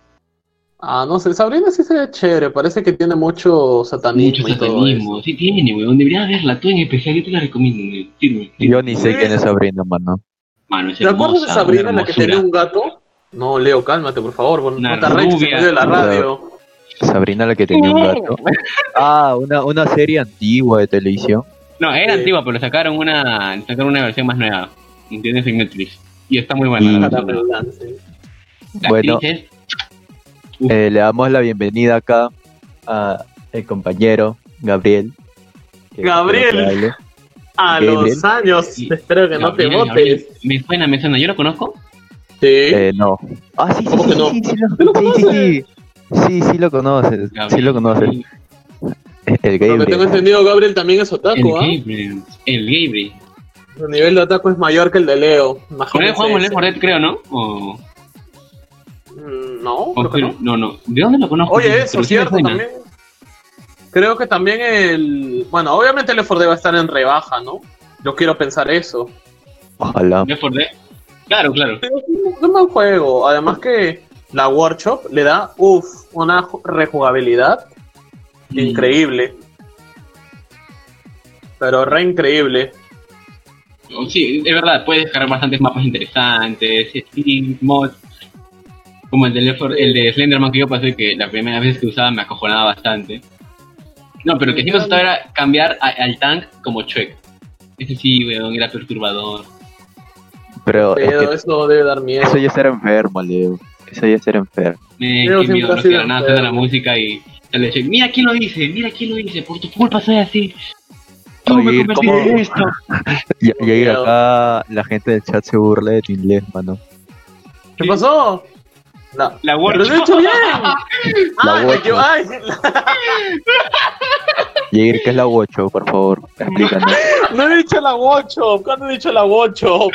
S2: Ah, no sé, Sabrina sí se ve chévere, parece que tiene mucho satanismo
S1: Mucho
S2: y todo eso.
S1: satanismo. Sí tiene, weón. Deberías verla tú en especial. Yo te la recomiendo. weón. Firme. firme.
S3: Yo ni sé quién es Sabrina, mano.
S1: Mano, es
S2: ¿Te acuerdas de
S1: hermosa,
S2: Sabrina,
S1: una
S2: la que tenía
S1: hermosura.
S2: un gato? No, Leo, cálmate, por favor, por
S1: Una
S2: no te arreches en
S1: rubia.
S2: medio de la radio.
S3: Sabrina la que tenía un
S2: <laughs>
S3: gato. Ah, una, una serie antigua de televisión.
S1: No, era
S2: Sí.
S1: antigua, pero sacaron una sacaron una versión más nueva. ¿Entiendes? En Netflix. Y está muy buena.
S3: Y-
S1: la
S2: Para
S1: verdad.
S2: adelante.
S1: La
S3: Bueno.
S1: actriz es-
S3: Eh, le damos la bienvenida acá a el compañero Gabriel. que
S2: Gabriel.
S3: espero que hable.
S2: A
S3: Bien,
S2: los
S3: bien.
S2: años,
S1: Sí.
S2: espero que no te
S1: Gabriela, Gabriela.
S2: votes.
S1: Me suena, me suena. ¿Yo la conozco?
S2: Sí.
S3: Eh, no. Ah, sí, sí,
S2: ¿Cómo que
S3: sí,
S2: no?
S3: sí, sí,
S2: ¿Tú lo
S3: lo- sí, sí, sí. Sí, sí lo conoces. Sí lo conoces.
S1: Gabriel.
S3: El
S2: Lo que tengo
S3: Gabriel.
S2: entendido, Gabriel también es otaku, ¿ah?
S1: El Gabriel. El Gabriel.
S2: Su nivel de otaku es mayor que el de Leo.
S1: Con él
S2: Imagínense
S1: jugamos
S2: eso.
S1: Left 4 Dead, creo, ¿no? O...
S2: Mm, No,
S1: o
S2: creo que
S1: creo-
S2: no.
S1: no, no. ¿De dónde lo conozco?
S2: Oye,
S3: <laughs>
S1: Pero
S2: eso,
S1: sí me
S2: cierto,
S1: suena.
S2: también. Creo que también el. Bueno, obviamente el Ford va a estar en rebaja, ¿no? Yo quiero pensar eso.
S3: Ojalá.
S1: Left 4 Dead. Claro, claro.
S2: Pero es un- es un buen juego. Además que la Workshop le da, uff, una ju- rejugabilidad
S3: Mm.
S2: Increíble. Pero re increíble.
S1: Mm, Sí, es verdad, puedes descargar bastantes mapas interesantes, skins, mods. Como el de, Left 4 el de Slenderman que yo pasé, que la primera vez que usaba me acojonaba bastante. No, pero que sí me gustaba era cambiar a- al tank como Chuck. Ese sí, weón, era perturbador.
S3: Pero Oh, es que
S2: Pero eso debe dar miedo.
S3: eso ya será enfermo, Leo. Eso ya será enfermo.
S1: Me
S2: Pero
S1: qué
S2: siempre
S1: miedo,
S2: ha
S1: no
S2: sido
S1: queda nada,
S2: enfermo.
S1: suena la música y sale Chuck. Mira quién lo dice, mira quién lo dice, por tu culpa soy así. Tú me
S3: Oye,
S1: convertiste
S3: ¿cómo-
S1: en esto.
S3: Y,
S2: Qué
S3: y ahí
S2: miedo.
S3: acá la gente del chat se burla de tu inglés, mano.
S2: ¿Qué pasó? No.
S1: La
S2: ¡Pero lo he hecho
S3: <laughs>
S2: bien! ¡Ah, me
S3: Workshop.
S2: equivo- ay, <laughs>
S3: Y ahí, ¿qué es la 8, por favor? Explícanos.
S2: ¡No he dicho la Workshop! ¿Cuándo he dicho la Workshop?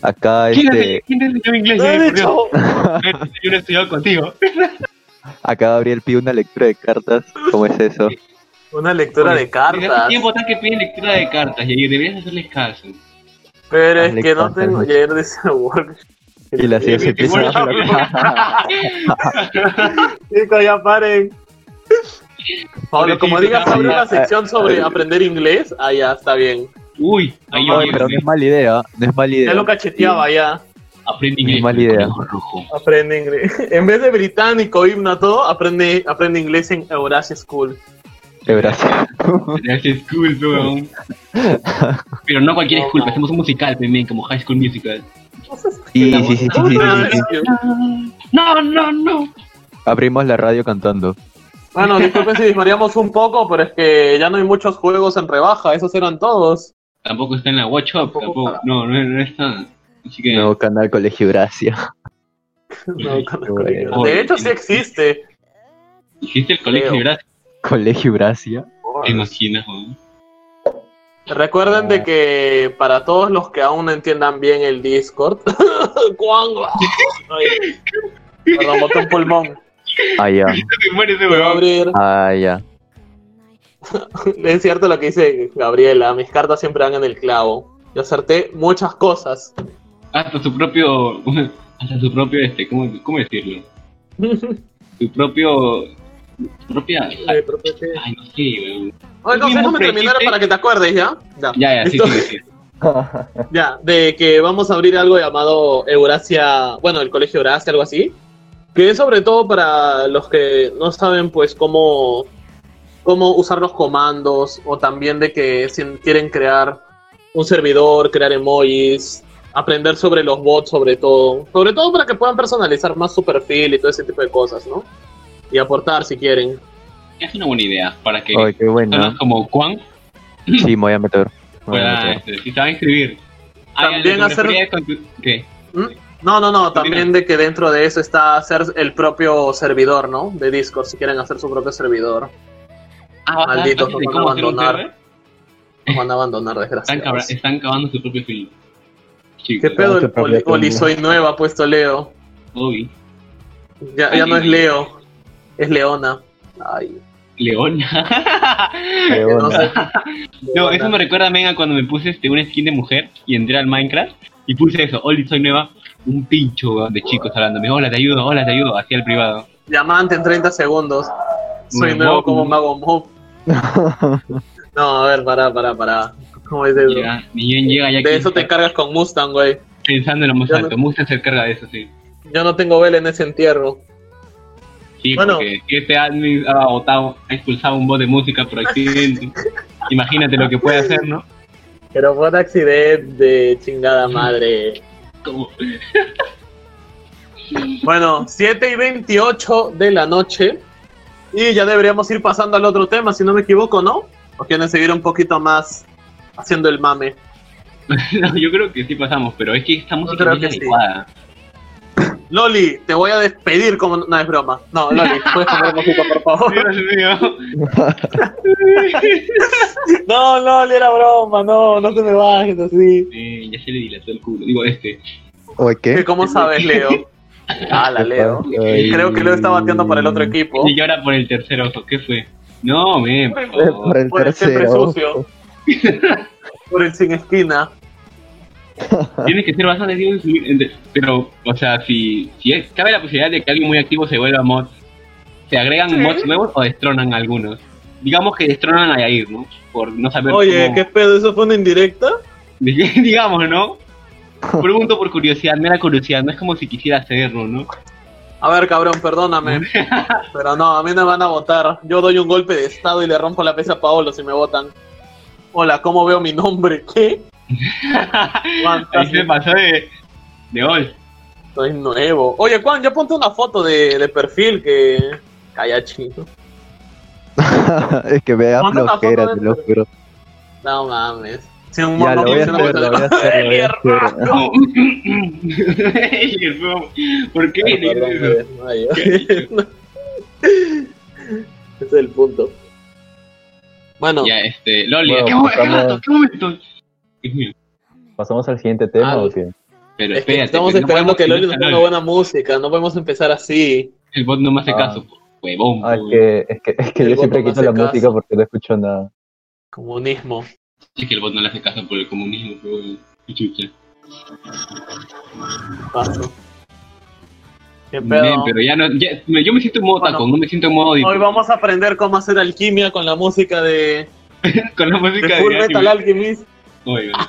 S3: Acá
S2: <laughs>
S1: ¿Quién te
S3: este,
S1: quién te enseñó inglés?
S2: ¡No he
S1: Eh, por Dios.
S2: dicho!
S1: <laughs> Yo no he estudiado
S3: <laughs>
S1: contigo.
S3: acá Gabriel pide una lectura de cartas. ¿Cómo es eso?
S2: Una lectura de
S1: Desde hace
S2: cartas.
S1: este tiempo tan que piden lectura de cartas y deberías hacerles caso.
S2: Pero es
S3: Hazle
S2: que no
S3: cartas,
S2: tengo.
S3: ¿no?
S2: Ayer dice Workshop.
S3: Y la silla se empieza a
S1: Bueno,
S2: <laughs> Chicos, ya paren. Pablo, como digas, abre una sección sobre aprender inglés. Ah, ya, está bien.
S1: Uy, ahí yo
S3: Oye, pero no es mala idea, no es mala idea.
S2: Ya lo cacheteaba, ya.
S1: aprendí inglés.
S3: mala idea.
S1: con el rojo.
S2: Aprende <laughs> inglés. En vez de británico, himno, todo, aprende, aprende inglés en Eurasia School.
S3: Eurasia.
S1: Gracias, cool, weón. Pero no cualquier school, hacemos un musical también, como High School Musical.
S3: Sí, sí, sí, sí, <laughs> sí, sí, sí, sí.
S1: No, no, no.
S3: Abrimos la radio cantando.
S2: Bueno, disculpen si disvariamos un poco, pero es que ya no hay muchos juegos en rebaja, esos eran todos.
S1: Tampoco está en la Watch Up, tampoco. No, no, no está. Así que.
S3: Nuevo canal Colegio Eurasia.
S2: No, con- con- de hecho, sí existe.
S1: Hiciste el colegio,
S2: Creo.
S1: gracias.
S3: <laughs> Colegio Eurasia.
S1: ¿Te imaginas, weón?
S2: Recuerden
S1: Ah.
S2: de que para todos los que aún no entiendan bien el Discord, <laughs> Cuango. Ay, Perdón, boté un pulmón.
S3: Ah, ya.
S1: Se muere ese
S2: Voy
S1: <laughs>
S2: a
S1: weón.
S2: abrir. <laughs>
S3: Ah, ya.
S2: Es cierto lo que dice Gabriela, mis cartas siempre van en el clavo. Yo acerté muchas cosas. <laughs>
S1: Hasta su propio. <laughs> Hasta su propio, este, ¿cómo, cómo decirlo?
S2: Ay,
S1: Su propio. Su propia.
S2: profe, ¿qué?
S1: Ay, no sé, weón.
S2: Oye, no, déjame terminar para que te acuerdes, ¿ya? Ya,
S1: Ya, ya, sí,
S2: Listo.
S1: sí, sí.
S2: Ya, de que vamos a abrir algo llamado Eurasia, bueno, el Colegio Eurasia, algo así, que es sobre todo para los que no saben pues cómo, cómo usar los comandos o también de que si quieren crear un servidor, crear emojis, aprender sobre los bots sobre todo, sobre todo para que puedan personalizar más su perfil y todo ese tipo de cosas, ¿no? Y aportar si quieren.
S1: Es una buena idea para que
S3: Ay, qué
S1: personas
S3: bueno.
S1: como Juan
S3: Sí, me voy a meter. Me voy a
S1: puedan,
S2: <laughs>
S3: meter.
S1: este, si saben escribir. Ah,
S2: También
S1: háganle
S2: hacer-
S1: fotografías con tu- ¿Qué?
S2: No, no, no, también de que dentro de eso está hacer el propio servidor, ¿no? De Discord, si quieren hacer su propio servidor.
S1: Ah, ¿vas a dar
S2: Malditos,
S1: clases de
S2: nos
S1: cómo
S2: van a
S1: hacer un
S2: abandonar.
S1: server?
S2: Nos van a abandonar,
S1: Están, cabra-
S2: desgraciados.
S1: están cavando su propio film. Chicos,
S2: ¿Qué pedo el
S4: Su propia
S2: poli- Oli
S4: tumba.
S2: soy nueva ha puesto Leo?
S1: Bobby,
S2: Ya, ya no es Leo, es Leona. Ay,
S1: <laughs> Leona.
S4: Qué
S2: que no
S4: onda.
S2: sé.
S1: no,
S2: Leona.
S1: eso me recuerda también a cuando me puse este, una skin de mujer y entré al Minecraft y puse eso, Oli, soy nueva. Un pincho weón, de chicos hablándome, hola, te ayudo, hola, te ayudo, hacia el privado.
S2: Diamante en 30 segundos. Soy
S1: Bueno,
S2: nuevo
S1: Mob,
S2: como
S1: ¿no?
S2: Mago Mob. No, a ver, pará, pará, pará. ¿Cómo es eso?
S1: Ya, ni bien llega ya
S2: De
S1: aquí,
S2: eso te cargas con Mustang, güey.
S1: pensando en lo más
S2: Yo no-
S1: alto. Mustang se encarga de eso, sí.
S2: Yo no tengo vela en ese entierro.
S1: Sí,
S2: Bueno.
S1: porque este admin ha botado, ha expulsado un bot de música por
S2: <laughs>
S1: accidente. Imagínate lo que puede hacer, ¿no?
S2: Pero fue un accidente de chingada madre.
S1: Como, <laughs>
S2: Bueno, 7 y 28 de la noche. Y ya deberíamos ir pasando al otro tema, si no me equivoco, ¿no? ¿O quieren seguir un poquito más haciendo el mame?
S1: No, yo creo que sí pasamos, pero es que esta música
S2: creo
S1: no es
S2: que sí.
S1: adecuada.
S2: Loli, te voy a despedir como... No, es broma. No, Loli, puedes poner música, por favor.
S1: Dios mío.
S2: <laughs> No, Loli, era broma. No, no te me bajes así.
S1: Eh, ya se le dilató el culo. Digo, este.
S3: Oye,
S2: ¿Qué,
S3: ¿qué?
S2: ¿Cómo sabes, Leo? Ah, la Leo.
S3: Ay.
S2: Creo que Leo está bateando para el otro equipo.
S1: Y ahora por el tercer ojo, ¿qué fue? No, men. por
S3: Eh,
S1: favor.
S3: Por el
S2: Por el siempre
S3: tercero.
S2: sucio. Por el sin esquina.
S1: Tienes que ser bastante activo en subir- en- Pero, o sea, si, si es- cabe la posibilidad de que alguien muy activo se vuelva mod, ¿se agregan
S2: Sí.
S1: mods nuevos o destronan algunos? Digamos que destronan a Yair, ¿no? Por no saber
S2: Oye,
S1: cómo-
S2: ¿qué pedo? ¿Eso fue una indirecta?
S1: <laughs> Digamos, ¿no? Pregunto por curiosidad, me da curiosidad, no es como si quisiera hacerlo, ¿no?
S2: A ver, cabrón, perdóname.
S1: <laughs>
S2: Pero no, a mí no me van a votar. Yo doy un golpe de estado y le rompo la pesa a Paolo si me votan. Hola, ¿cómo veo mi nombre? ¿Qué?
S1: Ahí se
S2: Fantástico.
S1: pasó de, de gol.
S2: Soy nuevo. Oye, Juan, ya ponte una foto de, de perfil que... Calla, chico.
S3: <laughs> es que me da
S2: Ponte una
S3: flojera,
S2: foto
S3: te
S2: de-
S3: lo juro.
S2: No mames. Si un
S3: Ya,
S2: mono
S3: lo voy a
S2: quiere una
S3: hacer, lo voy a
S2: foto-
S3: hacer. lo voy a hacer.
S1: <laughs> ¿Por
S2: <laughs>
S1: qué? le
S2: Perdón,
S1: hice eso?
S2: ay, ay.
S1: <laughs>
S2: Ese es el punto. Bueno,
S1: Ya, este, Loli,
S4: Bueno,
S1: ¿qué, mo- qué
S4: pasamos-
S1: rato, qué momento? Dios mío,
S4: ¿Pasamos al siguiente tema
S2: Ah,
S4: o qué?
S1: Pero
S2: es que
S1: espérate,
S2: estamos
S1: que no
S2: esperando
S1: podemos
S2: que Loli nos
S1: empezar,
S2: ponga buena música. No podemos empezar así.
S1: El bot no me hace
S4: Ah.
S1: caso, huevón.
S4: Ah, es
S1: huevón.
S4: que, es que, es que
S2: El
S4: yo siempre
S2: botón
S4: quito
S2: hace
S4: la
S2: caso.
S4: música porque no escucho nada.
S2: Comunismo.
S1: Es que el bot no le hace caso por el comunismo, huevón. Qué chucha.
S2: Paso. ¿Qué
S1: Men,
S2: pedo?
S1: pero ya no, ya- me- yo me siento en modo
S2: Bueno.
S1: tacón, no me siento en modo
S2: Hoy
S1: disco,
S2: vamos a aprender cómo hacer alquimia con la música de,
S1: con la
S2: de
S1: música de,
S2: Full
S1: anime.
S2: Metal Ah, Alchemist.
S1: Oye, huevón.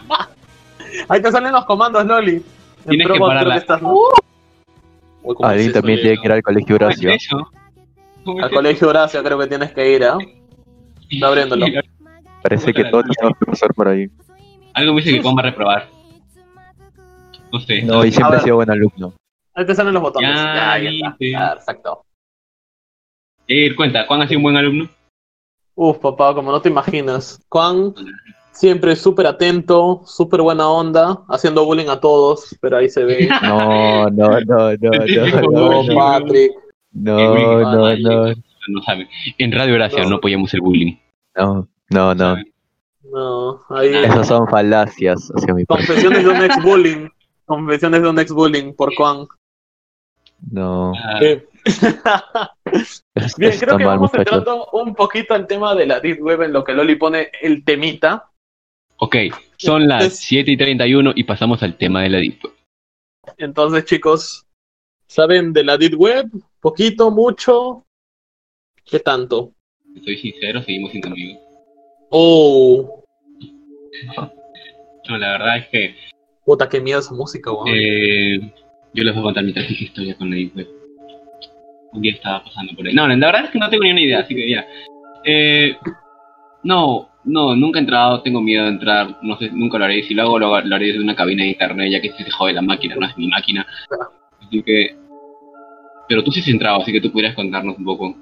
S2: Ahí te salen los comandos, Loli. En
S1: Tienes
S2: Pro
S1: que
S2: Bot
S1: pararla.
S2: creo estás, ¿no? Uy, ¿cómo es
S3: Alguien
S2: eso,
S3: también
S2: Leo?
S3: tiene que ir al
S1: ¿Cómo
S3: colegio
S1: es
S3: Horacio.
S1: eso? ¿Cómo es
S2: Al
S1: eso?
S2: colegio Horacio creo que tienes que ir, ¿ah? Está abriéndolo.
S3: Parece que todos tenemos que pasar por
S2: <laughs>
S3: ahí.
S1: Algo me dice que Juan va a reprobar. <laughs> No sé.
S3: No, y
S2: A
S3: siempre
S2: ver.
S3: he sido buen alumno.
S2: Ahí te salen los botones.
S1: Ya,
S2: Ya, ya está. Ah,
S1: sí.
S2: Perfecto.
S1: Eh, cuenta, Juan ha sido un buen alumno.
S2: Uf, papá, como no te imaginas. Juan siempre súper atento, súper buena onda, haciendo bullying a todos, pero ahí se <laughs> ve.
S3: No, no, no, no,
S2: No,
S3: no, no, no,
S2: Patrick.
S3: no, no, no,
S1: No sabe. En Radio Gracia
S2: No.
S1: no, apoyamos el bullying.
S3: no, no, no.
S2: No, ahí.
S3: Esas son falacias hacia mi parte.
S2: Confesiones de un ex bullying. Confesiones de un ex bullying por Juan.
S3: No,
S1: Ah,
S2: Eh,
S3: eso
S2: <laughs> Bien,
S3: está
S2: creo que
S3: mal,
S2: vamos
S3: muchachos.
S2: entrando un poquito al tema de la Deep Web en lo que Loli pone el temita.
S1: ok, son las
S2: Es-
S1: 7 y 31 y pasamos al tema de la Deep Web.
S2: Entonces, chicos, ¿saben de la Deep Web? ¿Poquito? ¿Mucho? ¿Qué tanto?
S1: Si Soy sincero, seguimos siendo amigos.
S2: Oh,
S1: No, la verdad es que
S2: puta, qué miedo esa música, weón.
S1: eh, yo les voy a contar mi trágica historia con la Deep Web. Un día estaba pasando por ahí. No, la verdad es que no tengo ni una idea, así que ya. Eh, no, no, nunca he entrado, tengo miedo de entrar, no sé, nunca lo haré. Si lo hago, lo, lo haré desde una cabina de internet, ya que se jode la máquina, no es mi máquina. Así que... Pero tú sí has entrado, así que tú pudieras contarnos un poco.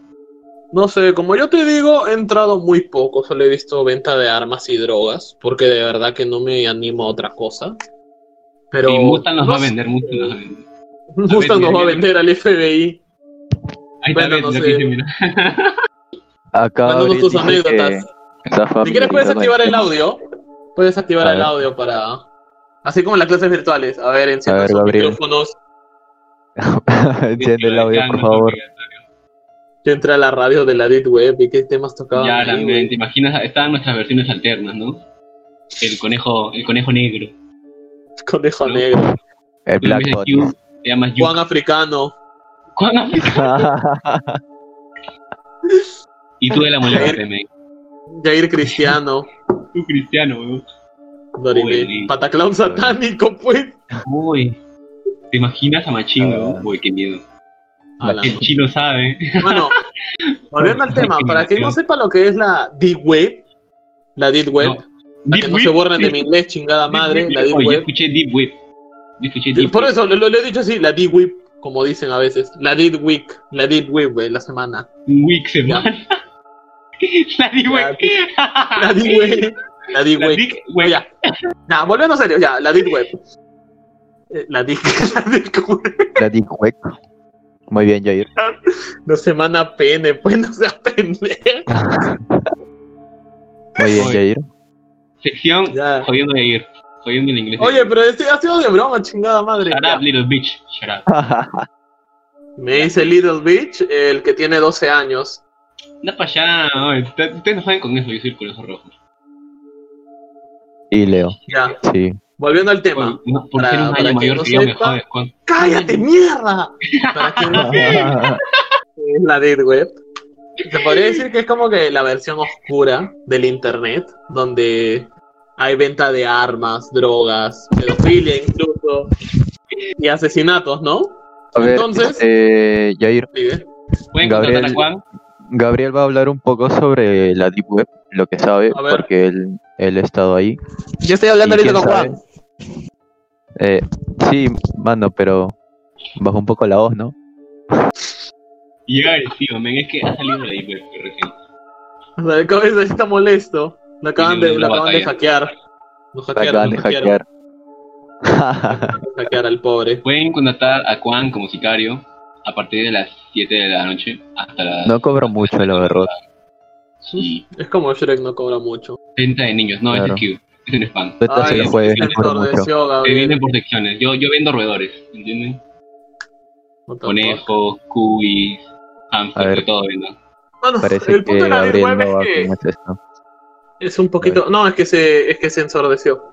S2: No sé, como yo te digo, he entrado muy poco, solo he visto venta de armas y drogas, porque de verdad que no me animo a otra cosa. Pero
S1: Sí, Mustang nos
S2: no
S1: va a
S2: <laughs> sé,
S1: vender, Mustang nos va a vender.
S2: Mustang nos va
S1: Mira,
S2: a
S1: mira.
S2: vender al FBI.
S1: Ahí está,
S2: Bueno,
S1: ves,
S2: no
S1: lo
S2: sé.
S1: que dice, mira.
S3: Acá
S2: Mándanos
S3: Gabriel
S2: tus
S3: dice que
S2: anécdotas.
S3: está
S2: Si quieres puedes
S3: familiarizado en
S2: activar el
S3: temas.
S2: audio. Puedes activar
S3: A
S2: el
S3: ver.
S2: audio para... Así como en las clases virtuales. A ver,
S3: A
S2: enciendan
S3: ver,
S2: sus
S3: Gabriel.
S2: micrófonos.
S3: <laughs> Enciende el audio,
S1: Ya,
S3: por
S1: no,
S3: favor.
S1: porque-
S2: Yo entré a la radio de la Deep Web y qué temas tocaban.
S1: Ya,
S2: ahí,
S1: la-
S2: güey. <laughs>
S1: te imaginas, estaban nuestras versiones alternas, ¿no? El conejo, el conejo negro.
S2: Conejo
S1: No.
S2: negro.
S3: El
S1: Tú le
S3: Black
S1: dices
S3: Bot. <laughs>
S1: Q, te llamas Yu.
S2: Juan africano.
S1: Juan África. Y tú de la mujer de Mec.
S2: Jair cristiano.
S1: Tú cristiano, weón.
S2: Dorime.
S1: Uy.
S2: Pataclown satánico, pues.
S1: Uy. ¿Te imaginas a Machín,
S4: Ah.
S1: weón? Uy, qué miedo.
S2: A la-
S1: El chino sabe.
S2: Bueno, volviendo al tema, para quien no sepa lo que es la Deep Web, la Deep Web, para que no se borren de mi inglés, chingada madre, la Deep
S1: Oye, yo
S2: Web.
S1: escuché Deep Web. Yo escuché Deep
S2: Por
S1: Web.
S2: eso lo, lo- lo he dicho así, la Deep Web, como dicen a veces, la Deep Week, la Deep Web, güey, la semana.
S1: Un week semana. <laughs> La Deep Web.
S2: La Deep Web, la
S1: Ah, <laughs>
S2: Deep
S1: La
S2: Web.
S1: Deep
S2: No,
S1: Web.
S2: ya, Nah, volviendo a serio, ya, la Deep Web. Eh, La Deep, <laughs> la Deep Web,
S3: La Dick Web. Muy bien, Jair.
S2: la semana pene, pues no sea pene.
S3: Muy bien,
S1: Oye.
S3: Jair.
S1: Sección
S2: Ya.
S1: jodiendo de ir. Jodiendo en inglés.
S2: Oye, pero este ha sido de broma, chingada madre.
S1: Shut
S2: Ya.
S1: up, little bitch. Shut up.
S2: Me dice Little Bitch, el que tiene 12 años.
S1: Anda para allá, oye, usted- ustedes no saben con eso, yo soy el conejo rojo.
S3: <laughs> Y Leo,
S2: Ya,
S3: sí.
S2: volviendo al tema.
S1: Por, no, por
S2: Para-
S1: ser un
S2: para
S1: año
S2: que
S1: mayor
S2: no
S1: que yo, me
S2: sepa.
S1: jodes, Juan.
S2: ¡Cállate,
S3: <laughs>
S2: mierda! Para quien no sepa, es la Deep Web. Se podría decir que es como que la versión oscura del internet, donde hay venta de armas, drogas, pedofilia incluso, y asesinatos, ¿no?
S3: A ver,
S2: Entonces-
S3: este, Jair,
S2: Vive.
S1: Pueden
S3: Gabriel-
S1: contratar a Juan.
S3: Gabriel va a hablar un poco sobre la Deep Web, lo que sabe,
S2: A ver.
S3: porque él, él ha estado ahí.
S2: Yo estoy hablando
S3: ¿Y
S2: ahorita con
S3: quién
S2: Juan.
S3: Eh, sí, mano, pero baja un poco la voz, ¿no?
S1: Y llega agresivo, men, es que ha salido de ahí, pues, recién.
S2: O sea, el cabeza está molesto. Lo acaban de, lo acaban de hackear. Lo
S3: La
S2: hackearon,
S3: acaban de
S2: lo hackearon.
S3: hackear.
S2: Hackear al pobre.
S1: Pueden contratar a Juan como sicario a partir de las 7 de la noche hasta las...
S3: <laughs> no cobro mucho, la verdad.
S1: Sí.
S2: Es como Shrek no cobra mucho.
S1: Venta de niños, no,
S3: Claro.
S1: ese es Q, ese no es spam.
S3: Tú
S2: Ay,
S3: estás en los
S1: ese
S3: jueves,
S1: es
S3: no
S1: el
S3: cobro mucho.
S2: entordeció,
S1: Se
S2: Gabriel.
S1: venden por secciones, yo, yo vendo roedores, ¿entienden?
S2: What the fuck.
S1: Conejos, cubis,
S3: A
S1: hamster,
S3: ver.
S1: de todo vendo.
S2: Bueno,
S3: Parece
S2: el
S3: que
S2: punto de la Deep
S3: Gabriel no
S2: Web
S3: va
S2: es que
S3: con esto.
S2: es un poquito. No, es que se, es que se ensordeció.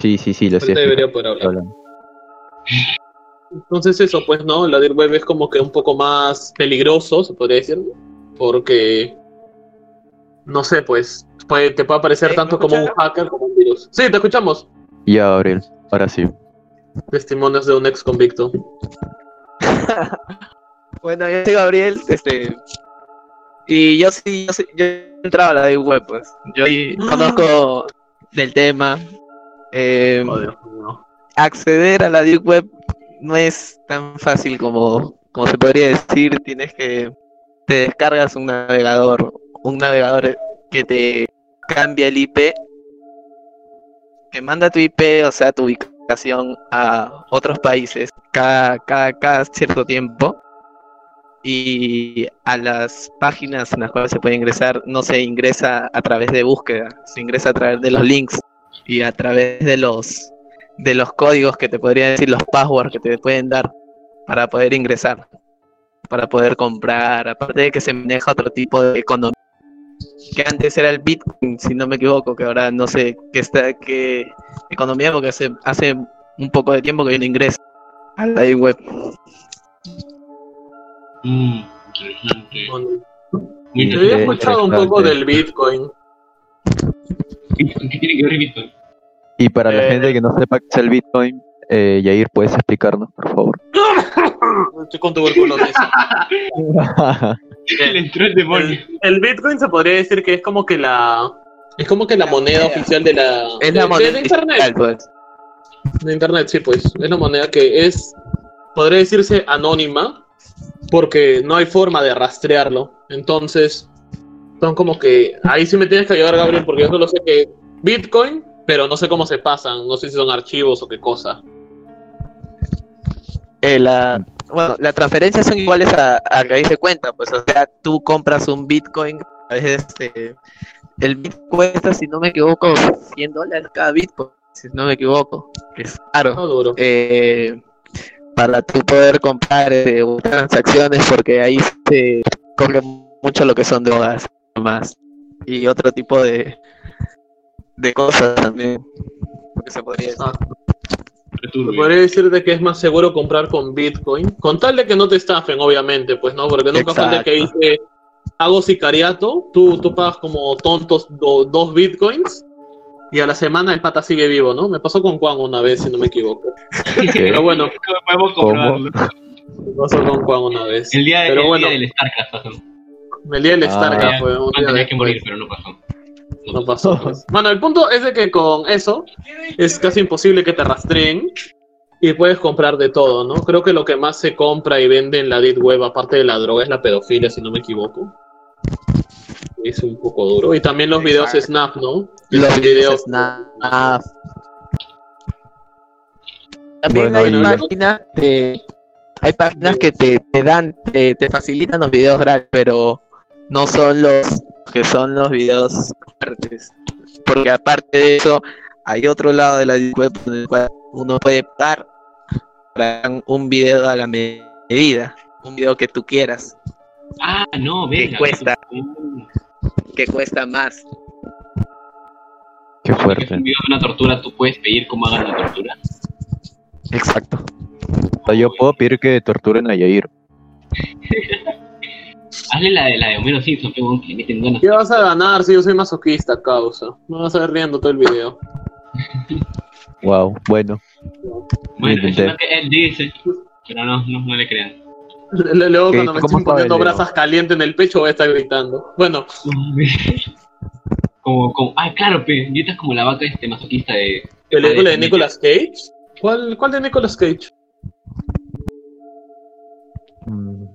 S3: Sí, sí, sí, lo
S2: Ahorita
S3: sé.
S2: debería poder hablar. Entonces, eso, pues no, la Deep Web es como que un poco más peligroso, se podría decir. Porque. No sé, pues. puede- te puede aparecer
S4: ¿Eh?
S2: tanto
S4: ¿Me
S2: como un hacker como un virus. Sí, te escuchamos.
S3: Ya, Gabriel, ahora sí.
S2: Testimonios de un ex convicto.
S4: Bueno, yo soy Gabriel, este. Y yo sí, yo, sí- yo-
S5: entrado a la Deep Web, pues. Yo ahí conozco del tema. Eh,
S2: Oh, Dios mío.
S5: acceder a la Deep Web no es tan fácil como, como se podría decir. Tienes que. Te descargas un navegador. Un navegador que te cambia el IP. Que manda tu IP, o sea, tu ubicación a otros países cada, cada, cada cierto tiempo. Y a las páginas en las cuales se puede ingresar no se ingresa a través de búsqueda, se ingresa a través de los links y a través de los de los códigos que te podrían decir, los passwords que te pueden dar para poder ingresar, para poder comprar, aparte de que se maneja otro tipo de economía, que antes era el Bitcoin, si no me equivoco, que ahora no sé qué está qué economía, porque hace, hace un poco de tiempo que yo no ingreso a la deep web.
S1: Mm, interesante.
S2: Bueno,
S1: Muy
S2: Yo
S1: interesante.
S2: había escuchado un poco
S3: Interesante.
S2: del Bitcoin.
S1: Bitcoin, ¿Qué tiene que ver Bitcoin?
S3: Y para la
S2: Eh.
S3: gente que no sepa qué es el Bitcoin, eh, Yair, ¿puedes explicarnos, por favor?
S2: Estoy con tuberculosis.
S1: Le entró el demonio.
S2: El, el Bitcoin se podría decir que es como que la es como que la moneda oficial de la
S5: Es la
S2: de-
S5: moneda
S2: de internet,
S5: digital, pues.
S2: de internet sí pues, es la moneda que es podría decirse anónima porque no hay forma de rastrearlo. Entonces, son como que ahí sí me tienes que ayudar Gabriel porque yo solo sé que Bitcoin, pero no sé cómo se pasan, no sé si son archivos o qué cosa.
S5: Eh, la, bueno, las transferencias son iguales a, a raíz de cuenta, pues, o sea, tú compras un Bitcoin, a veces este, el Bitcoin cuesta, si no me equivoco, 100 dólares cada Bitcoin, si no me equivoco, es caro.
S2: No duro.
S5: Eh, para tú poder comprar eh, transacciones, porque ahí se coge mucho lo que son drogas, más, y otro tipo de, de cosas también, que se podría decir.
S2: Ah,
S1: Turbio.
S2: Se podría decir de que es más seguro comprar con Bitcoin, con tal de que no te estafen, obviamente, pues no, porque nunca falta
S5: Exacto.
S2: que dice hago sicariato, tú, tú pagas como tontos do- dos Bitcoins y a la semana el pata sigue vivo, ¿no? Me pasó con Juan una vez, si no me equivoco. Pero bueno,
S1: ¿Cómo podemos comprobarlo?
S2: me pasó con Juan una vez.
S1: El día,
S2: Pero
S1: el
S2: bueno.
S1: día del StarCraft pasó. Juan
S2: El día del
S3: Ah,
S2: Starcraft
S1: ya.
S2: fue un día
S1: tenía que
S2: después.
S1: morir, pero no pasó.
S2: No pasó. pues. Bueno, el punto es de que con eso es casi imposible que te rastreen y puedes comprar de todo, ¿no? Creo que lo que más se compra y vende en la Deep Web, aparte de la droga, es la pedofilia, si no me equivoco. Es un poco duro. Y también los videos
S5: Exacto.
S2: Snap, ¿no? videos
S5: los videos nada. También
S3: Bueno,
S5: hay
S3: y-
S5: páginas de- hay páginas que te, te dan, te, te facilitan los videos gratis, pero no son los que son los videos fuertes. Porque aparte de eso, hay otro lado de la deep web en el cual uno puede pagar para un video a la me- medida, un video que tú quieras,
S1: Ah, no,
S5: Que
S1: venga.
S5: cuesta.
S1: Uh,
S5: que cuesta
S3: <laughs>
S5: más.
S3: Qué
S1: porque es
S3: fuerte.
S1: un video de una tortura, tú puedes pedir cómo hagan la tortura.
S5: Exacto.
S3: O sea, Yo puedo pedir que torturen a Yair.
S1: Hazle la de, la de Homero Simpson, que, que le meten ganas.
S2: ¿Qué vas a ganar si yo soy masoquista, causa? Me vas a ver riendo todo el video.
S3: Wow, bueno.
S1: Bueno, eso
S3: Intenté.
S1: es lo que él dice. Pero no, no, no le crean.
S2: Le- le- Luego
S3: ¿Qué?
S2: cuando me
S3: ¿Cómo
S2: estoy
S3: sabe,
S2: poniendo
S3: Leo?
S2: brasas calientes en el pecho voy a estar gritando. Bueno,
S1: como, como, ah, claro, pe, y esta es como la vaca este masoquista de.
S2: película de
S1: Nick.
S2: Nicolas Cage. ¿Cuál, cuál de Nicolas Cage?
S3: Mm,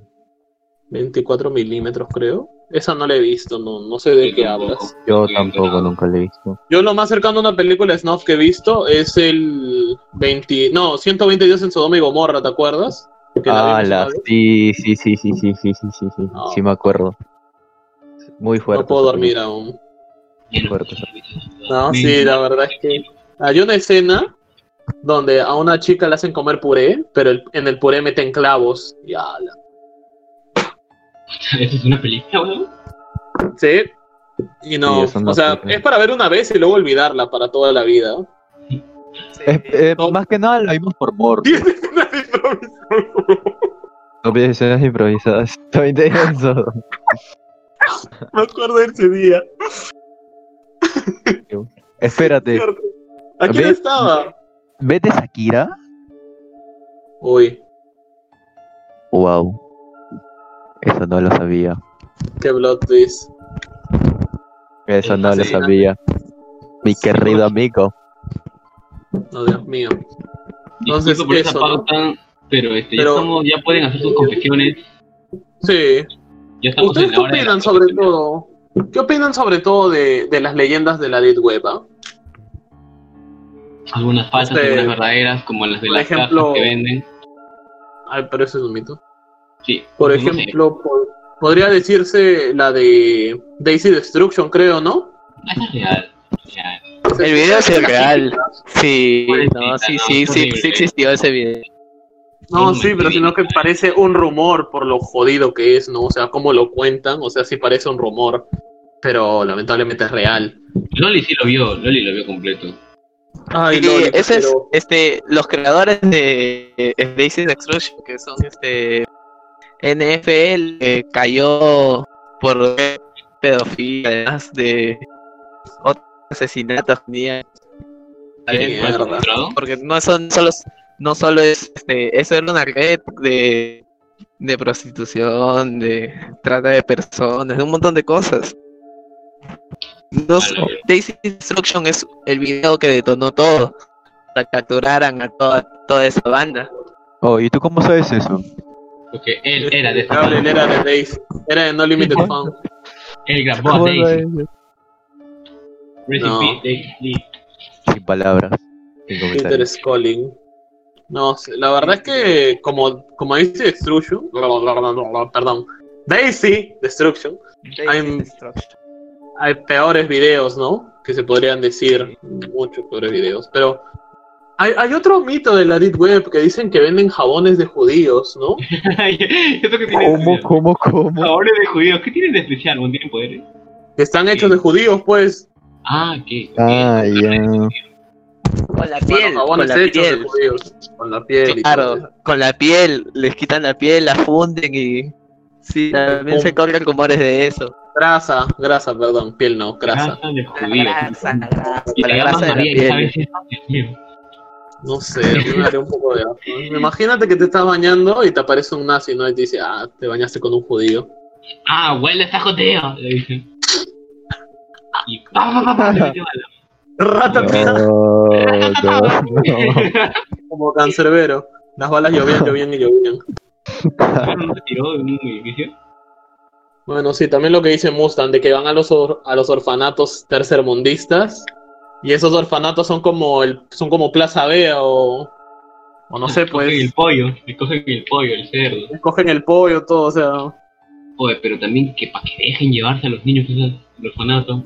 S2: 24 milímetros, creo. Esa no la he visto, no, no sé de
S1: Yo
S2: qué
S1: tampoco.
S2: hablas.
S3: Yo
S1: Sí,
S3: tampoco
S1: claro.
S3: nunca le he visto.
S2: Yo lo más cercano a una película de snuff que he visto es el 20, no, 120 días en Sodoma y Gomorra, ¿te acuerdas? Que la
S3: Ah,
S2: vimos
S3: la.
S2: una vez.
S3: Sí, sí, sí, sí, sí, sí, sí, sí, sí.
S2: No.
S3: Sí me acuerdo. Muy fuerte.
S2: No puedo dormir aún.
S1: Ya no-
S3: Fuerte.
S2: No, sí, la verdad es que hay una escena donde a una chica le hacen comer puré, pero el- en el puré meten clavos. Y ala.
S1: ¿Eso es una película, weón?
S2: Sí. Y no,
S3: Sí, eso no
S2: o sea,
S3: aplica.
S2: es para ver una vez y luego olvidarla para toda la vida.
S3: Es- eh,
S2: No. <laughs>
S3: Más que nada lo vimos por morbo. No pides escenas improvisadas. <laughs> Está bien intenso.
S2: Me acuerdo de ese día.
S3: Espérate,
S2: ¿A quién
S3: ¿Ves?
S2: estaba?
S3: ¿vete Shakira?
S2: Uy,
S3: Wow. Eso no lo sabía.
S2: qué plot twist.
S3: Eso
S2: Sí,
S3: no lo
S2: sí.
S3: sabía. Mi
S2: Sí,
S3: querido
S2: bueno.
S3: amigo.
S2: No, Dios mío. Entonces,
S1: Disculpa por esa
S2: eso, ¿no?
S1: pauta, pero, este,
S2: Pero-
S1: ya, estamos- ya pueden hacer sus confesiones.
S2: Sí.
S1: Ya estamos
S2: ¿Ustedes
S1: en
S2: qué
S1: la hora de la
S2: opinan sobre
S1: confesión.
S2: todo? ¿Qué opinan sobre todo de, de las leyendas de la Deep Web? ah?
S1: Algunas falsas,
S2: Este,
S1: algunas verdaderas, como las de
S2: por
S1: las
S2: ejemplo-
S1: cajas que venden.
S2: Ay, pero eso es un mito.
S1: Sí.
S2: Por
S1: no sé.
S2: ejemplo, po- podría decirse la de Daisy Destruction, creo, ¿no?
S1: Ah, esa es real. real.
S5: El video es el real. Sí,
S1: Pobrecita,
S5: no, sí,
S1: no,
S5: sí, sí,
S1: horrible.
S5: sí existió ese video.
S2: No,
S1: Es
S2: sí, pero sino que
S1: mentira.
S2: parece un rumor por lo jodido que es, ¿no? O sea, cómo lo cuentan, o sea, sí parece un rumor, pero lamentablemente es real.
S1: Loli sí lo vio, Loli lo vio completo.
S2: Ay,
S5: Sí,
S2: Loli,
S5: ese es,
S2: pero-
S5: este, los creadores de eh, Daisy Destruction, que son este NFL, que cayó por pedofilia, además de otros asesinatos que tenían.
S2: Bien.
S1: ¿Fue
S2: Mierda.
S1: encontrado?
S5: porque no son solo no solo es este, eso era una red de, de prostitución, de trata de personas, de un montón de cosas. No so-
S1: Vale.
S5: Daisy Destruction es el video que detonó todo para que capturaran a toda, toda esa banda.
S3: Oh, ¿y tú cómo sabes eso?
S1: Porque él era de esa
S2: Gabriel
S1: banda.
S2: era de Daisy, era de No Limited
S3: ¿Qué?
S2: Fan.
S1: Él grabó
S3: Ah,
S1: a Daisy.
S3: eh.
S1: Rest in
S2: No.
S1: peace, Daisy <laughs> Lee.
S3: Sin palabras. Sin
S2: Peter
S3: comentarios.
S2: Sculling. No sé, la verdad es que como, como Daisy Destruction, perdón, Daisy Destruction, I'm-
S5: Destruction.
S2: hay peores videos, ¿no? Que se podrían decir, muchos peores videos, pero hay, hay otro mito de la Deep Web que dicen que venden jabones de judíos, ¿no?
S1: ¿Eso que tiene de
S3: ¿Cómo,
S1: especial?
S3: cómo, cómo?
S1: Ahora de judíos, ¿qué tienen de especial? ¿No tienen poderes?
S2: Que están hechos
S1: Sí.
S2: de judíos, pues.
S1: Ah, ¿qué?
S3: Ah, ya.
S5: Con la
S2: Bueno,
S5: piel, con
S2: jabones
S5: la
S2: hechos
S5: piel.
S2: de judíos. Con la piel. y todo eso.
S5: Claro, con la piel, les quitan la piel, la funden y sí, también se corren rumores de eso.
S2: Grasa, grasa, perdón, piel no, grasa.
S1: Grasa de
S5: La
S1: judío.
S5: grasa, la grasa,
S1: Y
S5: la
S1: la
S5: grasa de la
S1: María, que
S5: piel.
S1: sabes eso, Dios mío.
S2: No sé, a mí me daría un poco de asco. Imagínate que te estás bañando y te aparece un nazi, ¿no? Y te dice, ah, te bañaste con un judío.
S1: Ah, huele a joteo. Le dice.
S2: <laughs>
S1: Y pa, pa, pa, pa, le metió bala.
S2: Ratata,
S3: No, no, no.
S2: como cancerbero. Las balas
S3: <laughs>
S2: llovían, llovían y llovían.
S1: ¿No se tiró de un edificio?
S2: Bueno, sí, también lo que dice Mustang, de que van a los, or- a los orfanatos tercermundistas. Y esos orfanatos son como el son como Plaza Vea o, o no sé,
S1: Cogen el
S2: pues.
S1: pollo, le cogen el pollo, el cerdo.
S2: Cogen el pollo, todo, o sea.
S1: Oye, pero también que para que dejen llevarse a los niños esos los orfanatos.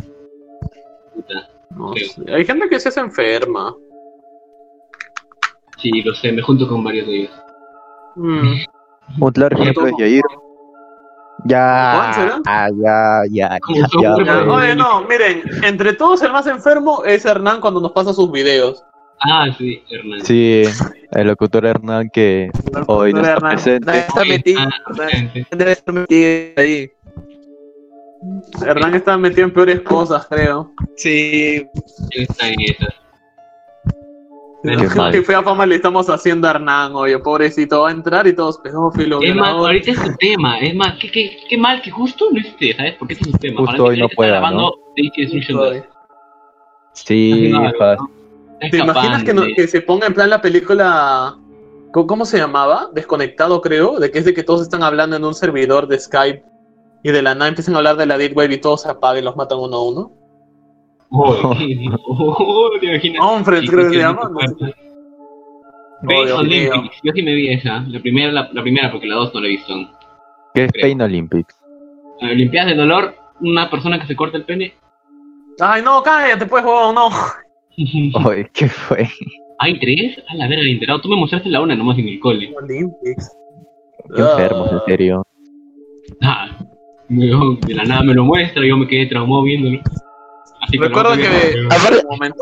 S1: Puta.
S2: no
S1: Feo.
S2: sé. Hay gente que se hace enferma.
S1: Sí, lo sé, me junto con varios de ellos.
S2: Mm.
S3: Un claro ejemplo es Yair.
S2: ¿Juan
S3: Ya,
S2: será?
S3: ah, ya, ya,
S1: Como
S3: ya,
S1: son
S3: ya,
S1: buenos,
S2: Ya,
S3: pues.
S1: ¿no?
S2: Oye, no, miren, entre todos el más enfermo es Hernán cuando nos pasa sus videos.
S1: Ah, sí, Hernán.
S3: Sí, el locutor Hernán que hoy no está
S2: Hernán.
S5: No,
S3: presente.
S5: está
S1: Oye,
S5: metido,
S1: ah, gente.
S5: debe estar metido ahí.
S2: Hernán está metido en peores cosas, creo.
S5: Sí,
S1: Él está en esas.
S3: Qué
S2: Qué
S3: mal.
S2: fea fama le estamos haciendo a Hernán, oye, pobrecito, va a entrar y todos pedófilos.
S1: Es más,
S2: violador.
S1: ahorita es su tema. Es más, qué, qué, qué mal que justo no esté, ¿sabes? Porque ese es su tema.
S3: Justo
S1: Ahora
S3: hoy no
S1: está
S3: pueda,
S1: grabando Daisy Destruction 2.
S3: Sí,
S1: Claro,
S3: fa-
S1: ¿no? Está
S2: ¿Te imaginas que, no-
S1: escapando.
S2: que se ponga en plan la película... ¿Cómo cómo se llamaba? Desconectado, creo. De que es de que todos están hablando en un servidor de Skype y de la nada empiezan a hablar de la Deep Web y todos se apagan y los matan uno a uno.
S1: Oh, oh, <laughs> ¿Te imaginas?
S2: Onfred,
S1: Sí,
S2: creo que
S1: sí,
S2: se
S1: sí,
S2: llama.
S1: sí,
S2: no
S1: sí.
S2: sé. Oh,
S1: Pain
S2: Dios mío.
S1: Olympics, yo sí me vi esa. La primera, la, la primera porque la dos no la he visto.
S3: que es
S1: creo.
S3: Pain Olympics.
S1: Eh, Olimpiadas de dolor, una persona que se corta el
S2: <laughs>
S1: pene.
S2: Ay, no, cállate pues, huevón, no.
S3: Oye, ¿qué fue?
S1: ¿Hay tres? A la verga, enterado. Tú me mostraste la una nomás en el cole.
S2: Olympics.
S3: Qué enfermos, en serio. <laughs>
S1: Ah, weón, de la nada me lo muestra, yo me quedé traumado viéndolo. Así
S2: Recuerdo
S1: lo voy a
S2: que-
S1: ver, weón.
S5: aparte,
S2: Un momento.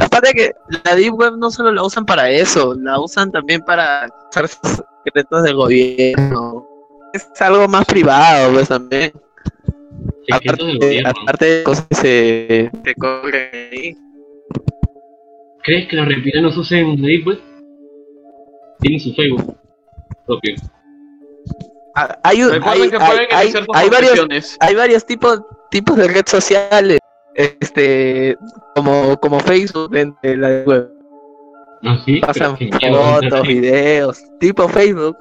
S5: aparte que la Deep Web no solo la usan para eso, la usan también para usar secretos del gobierno. Es algo más privado, pues también.
S1: Secretos del
S5: Aparte,
S1: gobierno.
S5: aparte de cosas que se, se corren ahí.
S1: ¿Crees que los reptilianos usen Deep Web? Tienen su Facebook propio.
S5: Ah, Hay, un- hay,
S2: Recuerden que pueden
S5: hay- hay-
S2: iniciar sus
S5: hay varios
S2: confesiones.
S5: hay varios tipos tipos de red sociales este como, como Facebook en en la web.
S1: No, sí.
S5: Pasan
S1: pero sí,
S5: fotos, videos, tipo Facebook.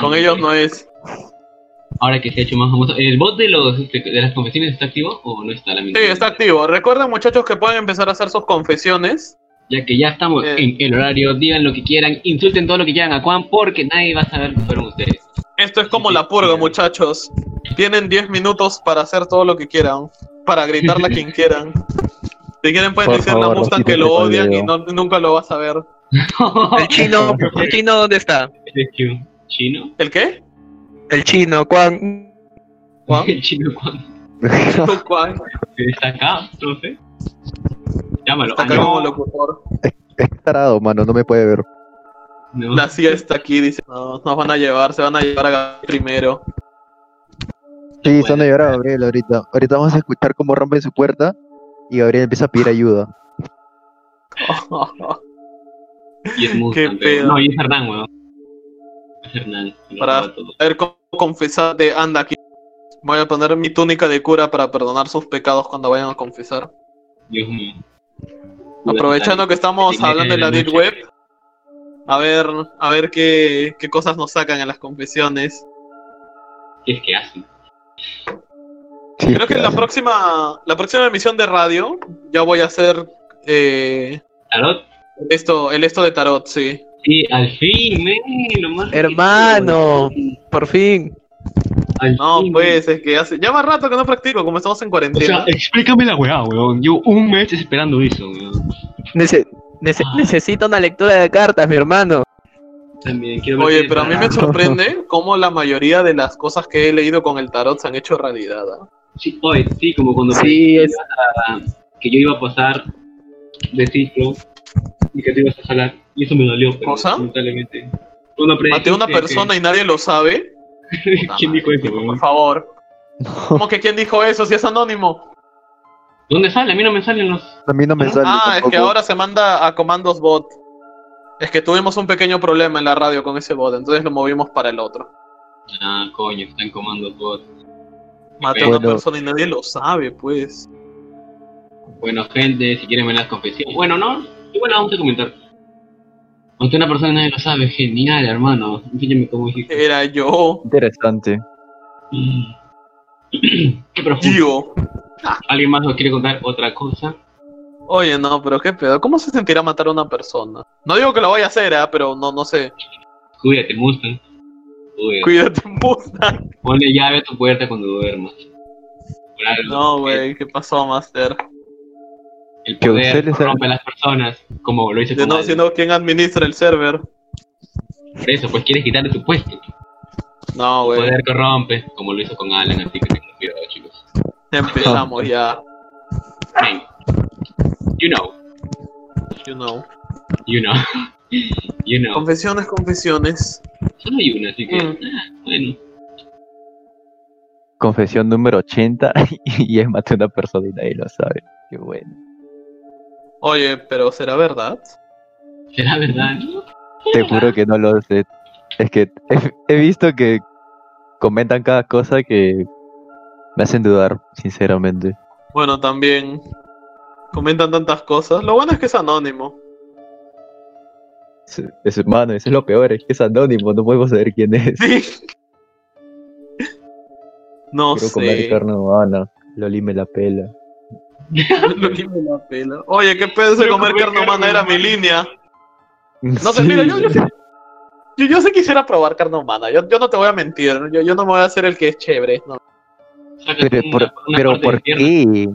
S2: Con ellos no es.
S1: Ahora que se ha hecho más famoso. ¿El bot de los este, de las confesiones está activo o no está la
S2: Sí, está activo. Recuerden, muchachos, que pueden empezar a hacer sus confesiones.
S1: Ya que ya estamos
S2: Eh.
S1: en el horario, digan lo que quieran, insulten todo lo que quieran a Juan porque nadie va a saber que fueron ustedes.
S2: <laughs> Esto es como la purga, muchachos. Tienen 10 minutos para hacer todo lo que quieran, para gritarla a quien quieran. Si quieren pueden
S4: Por
S2: decirle a
S4: favor,
S2: Mustang que
S4: quítate
S2: lo
S4: todo el
S2: odian y
S4: video.
S2: no- nunca lo vas a ver.
S6: Oh.
S1: <laughs>
S5: El chino, el chino ¿dónde está?
S1: ¿Chino?
S2: ¿El qué?
S5: El chino, Juan.
S2: ¿Juan?
S1: <laughs> ¿El chino cuándo?
S4: Ah.
S2: ¿Tú cuál?
S1: ¿Está acá? No sé. Llámalo.
S2: Está acá
S1: Ah, no.
S2: como locutor.
S3: Es que tarado, mano, no me puede ver.
S1: No.
S2: La CIA está aquí, dice. No, nos van a llevar, se van a llevar a Gabriel primero. <laughs>
S3: Sí,
S1: Bueno.
S3: son a llorar a Gabriel ahorita. Ahorita vamos a escuchar cómo rompen su puerta y Gabriel empieza a pedir ayuda.
S1: Y es Mustang,
S2: Qué
S1: pero-
S2: pedo.
S1: No, y es Hernán, weón. Es Hernán. que lo
S2: Para-
S1: roba todo.
S2: A ver, con- confesate, anda aquí. Voy a poner mi túnica de cura para perdonar sus pecados cuando vayan a confesar.
S1: Dios mío.
S2: Aprovechando que estamos
S1: Primera
S2: hablando de
S1: de
S2: la
S1: la
S2: Deep
S1: noche.
S2: Web, a ver, a ver qué, qué cosas nos sacan en las confesiones.
S1: ¿Qué es que hacen?
S3: Sí,
S2: Creo que en la próxima, la próxima emisión de radio ya voy a hacer eh,
S1: ¿Tarot?
S2: esto, el esto de tarot, sí.
S1: Sí, al fin, men, lo más
S5: Hermano, por fin.
S1: Al
S2: No,
S1: fin,
S2: pues eh. es que hace, ya más rato que no practico, como estamos en
S1: O sea,
S2: cuarentena.
S1: explícame la weá, weón. Yo un mes esperando eso, weón.
S5: Nece- nece-
S1: Ah.
S5: necesito una lectura de cartas, mi hermano.
S1: También quiero ver
S2: Oye,
S1: qué-
S2: pero a mí me sorprende cómo la mayoría de las cosas que he leído con el tarot se han hecho realidad. ¿ah?
S1: Sí, oye, sí, como cuando
S5: Sí, es-
S1: que yo iba a pasar de ciclo y que te ibas a jalar. Y eso me dolió, pero
S2: ¿Cosa?
S1: lamentablemente. Cuando
S2: Maté a una
S1: predijiste
S2: persona y nadie lo sabe.
S1: <laughs> que- ¿Quién dijo eso,
S2: Por
S1: weón?
S2: favor. ¿Cómo que quién dijo eso si es anónimo?
S1: ¿Dónde sale? A mí no me salen los...
S3: A mí no me sale.
S2: Ah, es
S3: tampoco.
S2: que ahora se manda a comandos bot. Es que tuvimos un pequeño problema en la radio con ese bot, entonces lo movimos para el otro.
S1: Ah, coño, están comando todos.
S2: Maté a una
S3: Bueno.
S2: persona y nadie lo sabe, pues.
S1: Bueno, gente, si quieren ver las confesiones. Bueno, no, igual las vamos a comentar. Aunque una persona nadie lo sabe, genial, hermano. Fíjame cómo dijiste.
S2: Era yo,
S3: Interesante.
S1: Mm. <clears throat> qué profundo.
S2: tío.
S1: ¿Alguien más nos quiere contar otra cosa?
S2: Oye, no, pero qué pedo. ¿Cómo se sentirá matar a una persona? No digo que lo vaya a hacer, ¿ah? pero no, no sé.
S1: Cuídate, Mustang. Cuídate.
S2: Cuídate, <laughs> Mustang.
S1: Ponle llave a tu puerta cuando duermas. Por algo,
S2: No, güey, ¿qué pasó, Master?
S1: El
S3: Que
S1: poder
S3: usted les haga-
S1: rompe a las personas, como lo hizo
S2: Yo
S1: con
S2: no
S1: Aldo.
S2: sé quién administra el server.
S1: Por eso, pues quieres quitarle tu puesto.
S2: Ah, No,
S1: El
S2: güey.
S1: poder corrompe, como lo hizo con Alan, así que tengan cuidado, chicos.
S2: Empezamos ya.
S1: Man, you know,
S2: You know.
S1: you know, <laughs> you know.
S2: Confesiones, confesiones.
S1: Solo hay una, así que,
S2: Mm.
S1: ah, bueno.
S3: Confesión número 80 <laughs> y es maté a una persona y nadie lo sabe. Qué bueno.
S2: Oye, pero ¿será verdad?
S1: ¿Será verdad?
S3: Te juro que no lo sé. Es que he, he visto que comentan cada cosa que me hacen dudar, sinceramente.
S2: Bueno, también comentan tantas cosas. Lo bueno es que es anónimo.
S3: Es, es- mano, eso es lo peor, es que es anónimo, no podemos saber quién es.
S2: Sí. <laughs> No
S3: Quiero comer
S2: sé.
S3: carne humana. Loli me la pela.
S2: <laughs> Lo que me la pela. Oye, qué pedo de
S1: Quiero
S2: comer
S1: comer
S2: carne
S1: carne
S2: humana era mi
S1: humana.
S2: línea. No sé, mira, yo, yo, yo, yo sí quisiera probar carne humana. Yo, yo no te voy a mentir. Yo, yo no me voy a hacer el que es chévere. no.
S1: Sácate
S3: Pero,
S1: una-
S3: por,
S1: una
S3: pero
S1: parte de
S3: ¿por
S1: pierna.
S3: qué?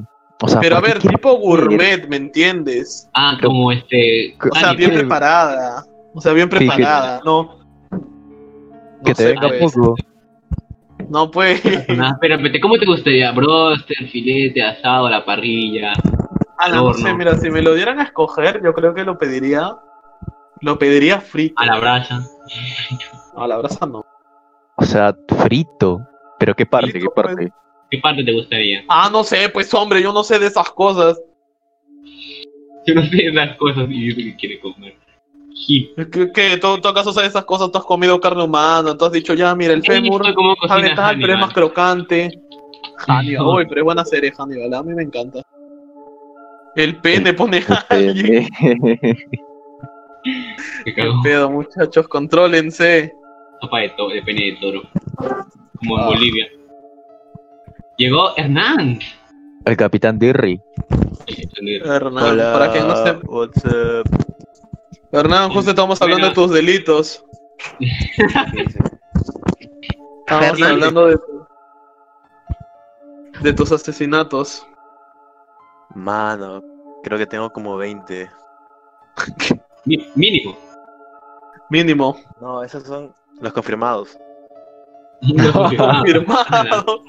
S3: O sea,
S2: Pero a
S3: ¿por qué
S2: ver,
S3: quiere-
S2: tipo gourmet, ¿me entiendes?
S1: Ah, como este...
S3: O
S2: O sea,
S1: Dani,
S2: bien
S1: ¿no?
S3: que-
S2: preparada. O sea, bien
S3: Sí, que-
S2: preparada. No.
S3: que
S2: No
S3: te
S2: sé,
S3: venga
S2: pues.
S3: poco?
S2: No, pues.
S1: Ah, espera, espérate, ¿cómo te gustaría? Broster, filete, asado, a la parrilla.
S2: A la Ah, no
S1: horno.
S2: sé, mira, si me lo dieran a escoger, yo creo que lo pediría. Lo pediría frito.
S1: A la brasa.
S2: No, a la brasa no.
S3: O sea, frito. ¿Pero qué parte?
S2: Frito,
S3: ¿Qué
S2: pues. <laughs>
S3: parte?
S1: ¿Qué parte te gustaría?
S2: Ah, no sé, pues hombre, yo no sé de esas cosas.
S1: Yo no sé las cosas y dice que quiere comer. Hip.
S2: ¿Qué, qué? ¿Tú, tú acaso sabes esas cosas? Tú has comido carne humana, tú has dicho, ya, mira, el fémur
S1: como
S2: sabe tal, pero es más crocante. Hannibal. Uy, pero es buena serie Hannibal. A mí me encanta. El pene pone a <laughs>
S3: Este,
S2: alguien.
S1: Que
S2: El
S1: cagó.
S2: pedo, muchachos, contrólense.
S1: Sopa de, to- de pene de toro.
S3: Ah.
S1: Como en Bolivia. Llegó Hernán.
S3: <laughs> El capitán Dirry.
S2: Hernán, para que no se...
S5: what's up?
S2: Hernán, justo estamos hablando de tus
S5: <laughs>
S2: delitos. Estamos
S5: Fernández.
S2: hablando de, de tus asesinatos.
S6: Mano, creo que tengo como 20.
S1: Mi- Mínimo. <laughs>
S2: Mínimo.
S6: No, esos son los confirmados.
S3: <laughs>
S1: Ah,
S2: <laughs> Firmado.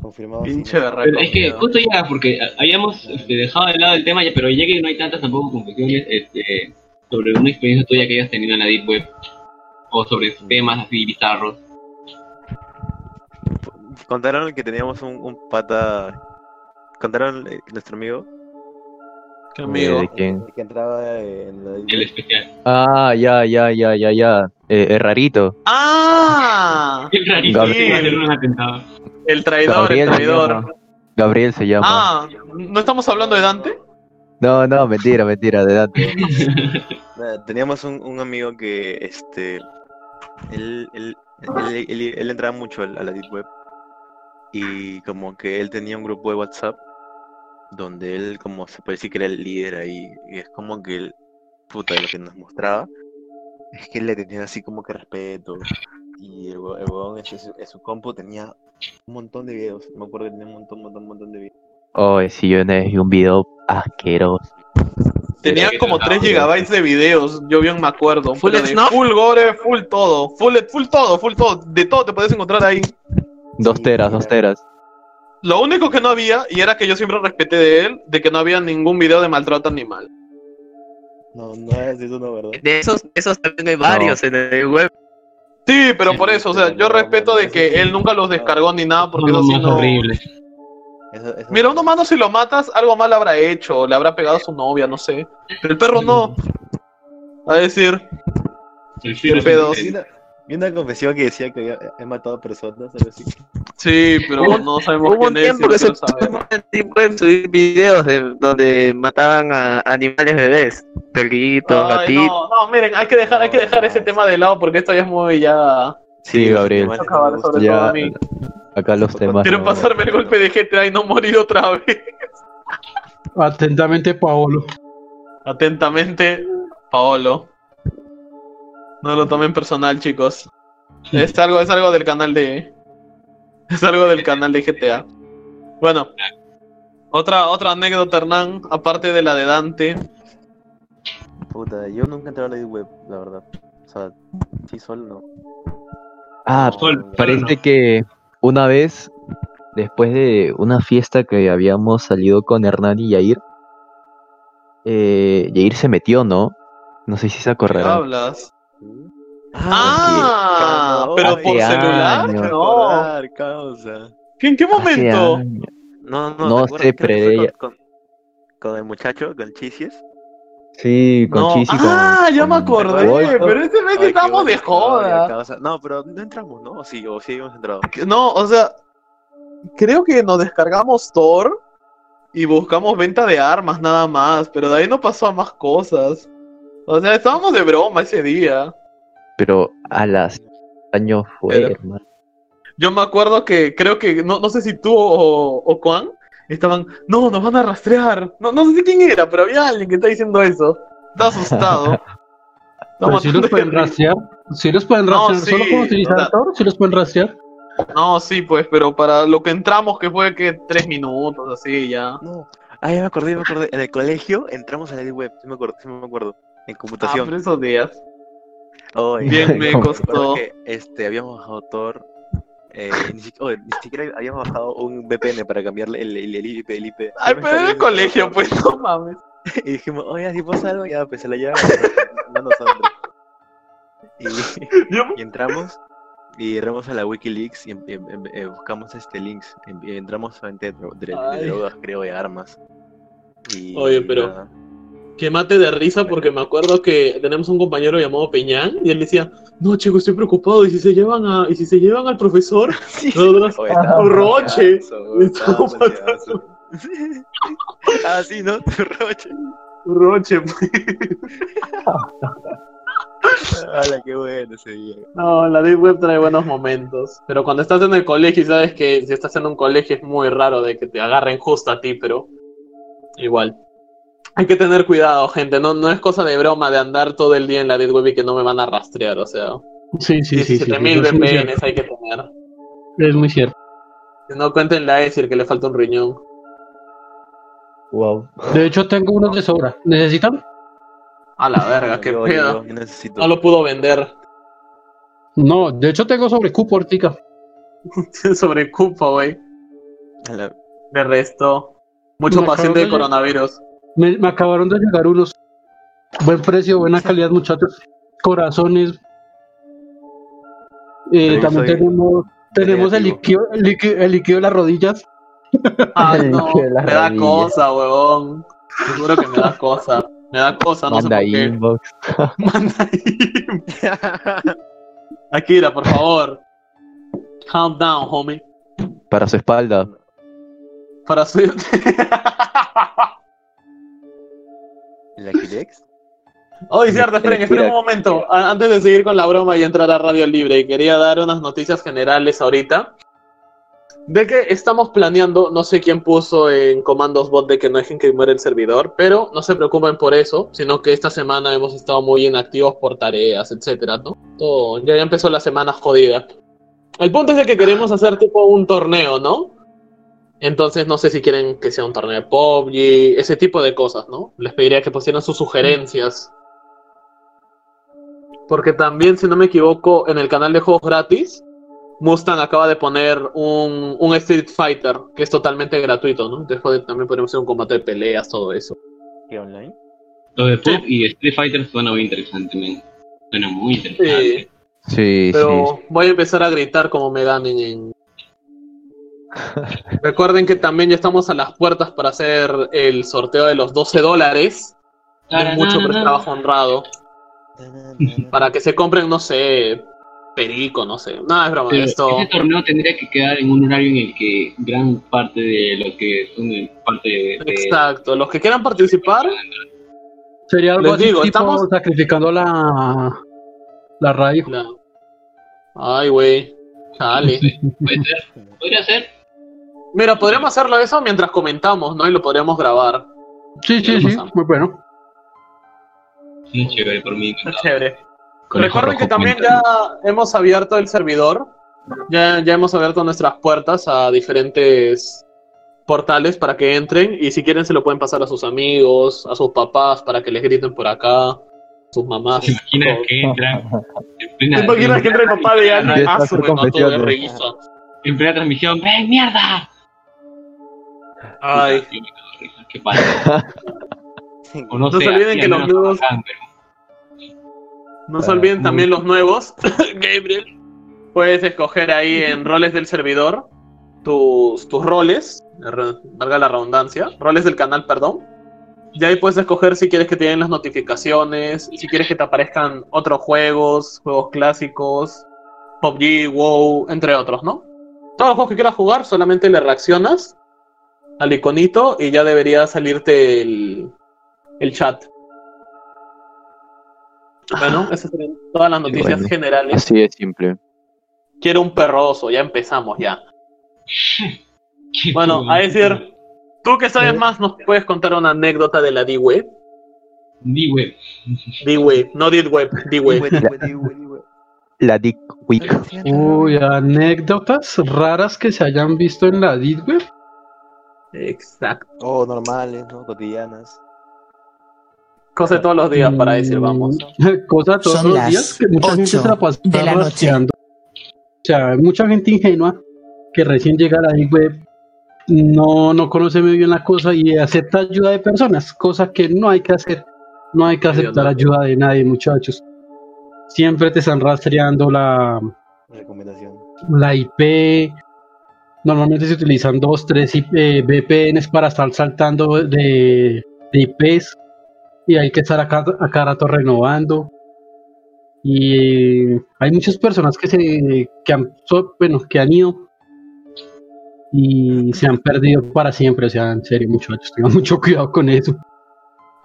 S6: Confirmados.
S2: Pinche
S1: Pero es que
S2: recogido.
S1: justo ya, porque habíamos este, dejado de lado el tema, ya, pero ya que no hay tantas tampoco confesiones este, sobre una experiencia tuya que hayas tenido en la Deep Web o sobre temas así bizarros.
S6: Contaron que teníamos un, un pata. Contaron eh, nuestro amigo.
S2: Qué amigo.
S3: Eh, ¿quién?
S6: Que entraba en la.
S1: El especial. <laughs>
S3: Ah, ya, ya, ya, ya, ya. Eh, es rarito.
S2: ¡Ah!
S1: El rarísimo
S3: Gabriel.
S1: de hacer un atentado.
S2: El traidor, el
S3: Gabriel se
S2: traidor.
S3: llama. Gabriel se llama.
S2: Ah, ¿no estamos hablando de Dante?
S3: No, no, mentira, mentira, de edad.
S2: <laughs>
S6: Nada, Teníamos un, un amigo que, este, él, él, él- él- él entraba mucho a la a la Deep Web y como que él tenía un grupo de WhatsApp donde él como se puede decir que era el líder ahí y es como que él, puta, lo que nos mostraba es que él le tenía así como que respeto y el, hue- el huevón en su, en su compu tenía un montón de videos, me acuerdo que tenía un montón, montón, montón de videos.
S3: Oh, sí, yo vi un video asqueroso.
S2: Tenía
S1: que
S2: como
S1: trataba
S2: 3 gigabytes de videos, yo bien me acuerdo.
S5: Full
S2: pero de
S5: snuff.
S2: Full gore, full todo. Full, full todo, full todo. De todo te puedes encontrar ahí.
S3: Dos
S6: Sí,
S3: teras, dos teras.
S2: Lo único que no había, y era que yo siempre respeté de él, de que no había ningún video de maltrato animal.
S6: No, no es eso, no, ¿verdad?
S5: De esos, de esos también hay varios en el web.
S2: Sí, pero por eso, o sea, yo
S6: No,
S2: respeto
S6: no,
S2: de
S6: eso
S2: que
S6: sí.
S2: él nunca los descargó ni nada, porque
S1: No,
S2: eso sí
S1: más
S2: no...
S1: horrible.
S6: Eso- eso-
S2: Mira, un humano si lo matas, algo mal habrá hecho, le habrá pegado a su novia, no sé. Pero el perro no. A decir,
S1: El
S2: Qué pedo.
S6: Vi una, vi una confesión que decía que había- he matado personas, algo así.
S2: sí, pero no sabemos
S5: Hubo un
S2: quién es. y
S5: tiempo que
S2: no
S5: se
S2: lo sabemos.
S5: puso en el web subir videos de, donde mataban a animales bebés. Perritos,
S2: Ay,
S5: gatitos.
S2: no, no, miren, hay que dejar, hay que dejar ese tema de lado porque esto ya es muy ya.
S3: Sí, Gabriel.
S6: Animales
S2: Acabar,
S6: no me gustan.
S2: sobre todo
S3: Ya,
S2: a mí.
S3: acá los temas.
S2: Quiero
S3: no.
S2: pasarme el golpe de GTA y no morir otra vez.
S7: Atentamente, Paolo.
S2: Atentamente, Paolo. No lo tomen personal, chicos. Es algo, es algo del canal de. <laughs> Es algo del canal de GTA. Bueno. Otra, otra anécdota, Hernán, aparte de la de Dante.
S6: Puta, yo nunca entré a la web, la verdad. O sea, sí, solo no.
S3: Ah,
S1: Sol,
S3: parece que una vez, después de una fiesta que habíamos salido con Hernán y Yair, eh, Yair se metió, ¿no? No sé si se
S2: ¿Qué
S3: acordarán.
S2: hablas?
S6: Ah,
S2: Ah,
S6: sí.
S2: pero
S3: Hace
S2: por celular,
S3: años.
S2: no.
S6: Acordar, causa.
S2: ¿En qué
S3: Hace
S2: momento?
S3: años.
S6: No,
S3: no,
S6: no,
S3: No ¿te acuerdas? sé, Creo que fue pero
S6: con, el muchacho, con Chisies.
S3: Sí, con
S2: No.
S3: Chis y con-
S2: ah, ya me
S3: con
S2: acordé,
S3: Wolf.
S2: pero ese mes que estábamos de joda.
S6: No, pero no entramos, ¿no? O sí, o sí hemos entrado.
S2: No, o sea, creo que nos descargamos Thor y buscamos venta de armas nada más, pero de ahí no pasó a más cosas. O sea, estábamos de broma ese día.
S3: Pero a las años fue,
S2: Pero-
S3: hermano.
S2: Yo me acuerdo que creo que, no, no sé si tú o, o Juan estaban, no, nos van a rastrear. No, no sé quién era, pero había alguien que está diciendo eso. Está asustado.
S7: Pero si los pueden rastrear. Si los pueden
S2: No,
S7: rastrear. Solo
S2: sí,
S7: puedo utilizar
S2: o sea-
S7: Tor, si los pueden rastrear.
S2: No, sí, pues, pero para lo que entramos, que fue que tres minutos, así ya.
S6: No. Ah, ya me acordé, ya me acordé. En el colegio entramos a la web, sí me acuerdo, sí me acuerdo. En
S2: Ah,
S6: computación.
S2: pero esos días.
S6: Oye, <laughs>
S2: Bien me
S6: me
S2: costó.
S6: acuerdo que este, habíamos bajado Tor. eh, ni, si- oye, ni siquiera habíamos bajado un VPN para cambiarle el, el, el IP. El IP.
S2: Ay,
S6: Yo me
S2: pero en
S6: instalé
S2: el colegio, pues, no mames.
S6: Y dijimos, oye, si pasa algo, ya, pues se la llevamos. pero no <laughs> nosotros. Y, <laughs>
S2: Yo
S6: y entramos y entramos a la Wikileaks y em- em- em- eh, buscamos este links. Em- eh, entramos solamente de, dro- de- de
S2: Ay.
S6: drogas, creo, de armas. Y
S2: <laughs> Oye, pero-
S6: nada.
S2: que mate de risa porque me acuerdo que tenemos un compañero llamado Peñán y él decía, no chicos, estoy preocupado, y si se llevan a, y si se llevan al profesor,
S6: Sí.
S2: nosotros
S6: Oye,
S2: a un roche.
S6: Estaba
S2: Estaba
S6: pateazo. ah, sí, ¿no? <laughs> Tu roche.
S2: Un <laughs> roche, pues.
S6: Hala, qué bueno ese día.
S2: No, la Deep Web trae buenos momentos. Pero cuando estás en el colegio y sabes que si estás en un colegio es muy raro de que te agarren justo a ti, pero igual. Hay que tener cuidado, gente. No, no es cosa de broma de andar todo el día en la Deep Web y que no me van a rastrear. O sea,
S7: Sí,
S2: Este
S7: sí, sí. sí, sí,
S2: 17.000
S7: es muy cierto,
S2: VPNs hay que tener.
S7: es muy cierto.
S2: Que No cuenten la ESIR que le falta un riñón.
S4: Wow.
S7: De hecho, tengo unos de sobra. ¿Necesitan?
S2: A la
S6: <laughs>
S2: verga, qué
S6: Yo- yo-
S2: pedo.
S6: yo necesito.
S2: No lo pudo vender <laughs>
S7: No, de hecho, tengo sobre cupo ahorita.
S2: sobre cupo, güey.
S6: A la-
S2: De resto, mucho
S7: Me acabo
S2: paciente de
S7: de-
S2: coronavirus.
S7: Me, me acabaron de llegar unos. Buen precio, buena calidad, muchachos. Corazones. Eh,
S6: Yo
S7: también
S6: soy
S7: tenemos, tenemos el,
S6: negativo.
S7: líquido, el, líquido, el líquido de las rodillas.
S2: Ah,
S4: El
S2: no,
S4: que de
S2: me
S4: las
S2: da
S4: rodillas.
S2: cosa, huevón. Seguro que me da cosa. Me da cosa, no
S3: Manda
S2: sé por qué.
S3: inbox.
S2: <laughs> Manda in. Akira, por favor. Calm down, homie.
S3: Para su espalda.
S2: Para su...
S6: ¿La Kilex?
S2: Oye, cierto, esperen, esperen un
S3: Akira.
S2: momento. A- Antes de seguir con la broma y entrar a Radio Libre, y quería dar unas noticias generales ahorita. De que estamos planeando, no sé quién puso en comandos bot de que no dejen que muera el servidor, pero no se preocupen por eso, sino que esta semana hemos estado muy inactivos por tareas, etcétera, ¿no? Todo, ya, ya empezó la semana jodida. El punto es de que queremos hacer tipo un torneo, ¿no? Entonces no sé si quieren que sea un torneo de PUBG, ese tipo de cosas, ¿no? Les pediría que pusieran sus sugerencias. Porque también, si no me equivoco, en el canal de juegos gratis, Mustang acaba de poner un, un Street Fighter, que es totalmente gratuito, ¿no? Entonces joder, también podemos hacer un combate de peleas, todo eso.
S6: ¿Qué online?
S1: Lo de Pop y Street Fighter suena muy interesante, men. Suena muy interesante.
S2: Sí,
S3: Sí,
S2: pero voy a empezar a gritar como me ganen <laughs> en... Recuerden que también ya estamos a las puertas para hacer el sorteo de los 12 dólares. Es mucho pero es trabajo honrado. Para que se compren, no sé, perico, no sé. No, es broma,
S1: Pero
S2: esto...
S1: Este torneo tendría que quedar en un horario en el que gran parte de los que son de- parte de. de-
S2: Exacto, los que quieran participar,
S7: Sería algo
S2: Les
S7: así,
S2: digo,
S7: tipo
S2: estamos-
S7: sacrificando la, la radio.
S2: La- Ay, güey. Dale.
S1: Puede ser. Podría ser.
S2: Mira, podríamos hacerlo eso mientras comentamos, ¿no? Y lo podríamos grabar.
S7: Sí, sí, sí, muy bueno.
S1: Muy chévere por mí.
S2: Chévere.
S1: Conejo
S2: Recuerden que
S1: Rojo
S2: también
S1: cuenta.
S2: ya hemos abierto el servidor. Ya, ya hemos abierto nuestras puertas a diferentes portales para que entren. Y si quieren, se lo pueden pasar a sus amigos, a sus papás, para que les griten por acá, a sus mamás.
S1: ¿Te imaginas que entran en plena,
S2: ¿Te imaginas que entre el papá de alguien?
S3: Empieza a
S2: Ah, su
S3: hacer
S2: bueno, todo de
S3: confesiones.
S2: risa.
S1: en plena transmisión? ¡Ven, mierda!
S2: Ay,
S1: Qué risa, Qué padre. O no
S2: No se
S1: sé,
S2: olviden
S1: así,
S2: que
S1: al
S2: los
S1: menos
S2: nuevos-
S1: acá, pero
S2: No se olviden también los nuevos, Gabriel. Puedes escoger ahí en roles del servidor tus, tus roles, re- valga la redundancia, roles del canal, perdón. Y ahí puedes escoger si quieres que te den las notificaciones, si quieres que te aparezcan otros juegos, juegos clásicos, PUBG, WoW, entre otros, ¿no? Todos los juegos que quieras jugar, solamente le reaccionas al iconito y ya debería salirte el, el chat. Bueno, esas serían todas las noticias
S3: Bueno. sí.
S2: generales.
S3: Así de simple.
S2: Quiero un perroso, ya empezamos ya.
S1: qué
S2: Bueno,
S1: culo.
S2: a decir, tú que sabes más, nos puedes contar una anécdota de la D-Web.
S1: Di, güey.
S2: D-Web, no D-Web, D-Web.
S3: La Dick Week.
S7: Uy, anécdotas raras que se hayan visto en la Deep Web.
S2: Exacto.
S6: Oh, normales, ¿no? Cotidianas.
S2: Cosa de todos los días para decir, vamos.
S7: Mm, <laughs> Cosa todos
S8: Son
S7: los
S8: las
S7: días que mucha gente
S8: ocho
S7: se la pasa
S8: de la noche.
S7: rastreando. O sea, hay mucha gente ingenua que recién llega a la Deep Web, no, no conoce muy bien la cosa y acepta ayuda de personas, cosa que no hay que hacer. No hay que
S2: Medio
S7: aceptar
S2: loco.
S7: ayuda de nadie, muchachos. Siempre te están rastreando la,
S6: Recomendación.
S7: la IP. Normalmente se utilizan dos, tres IP, eh, VPNs para estar saltando de, de IPs. y hay que estar acá, a cada rato renovando. Y hay muchas personas que se que han, so- bueno, que han ido y se han perdido para siempre. O sea, en serio, muchachos, tengan mucho <laughs> cuidado con eso.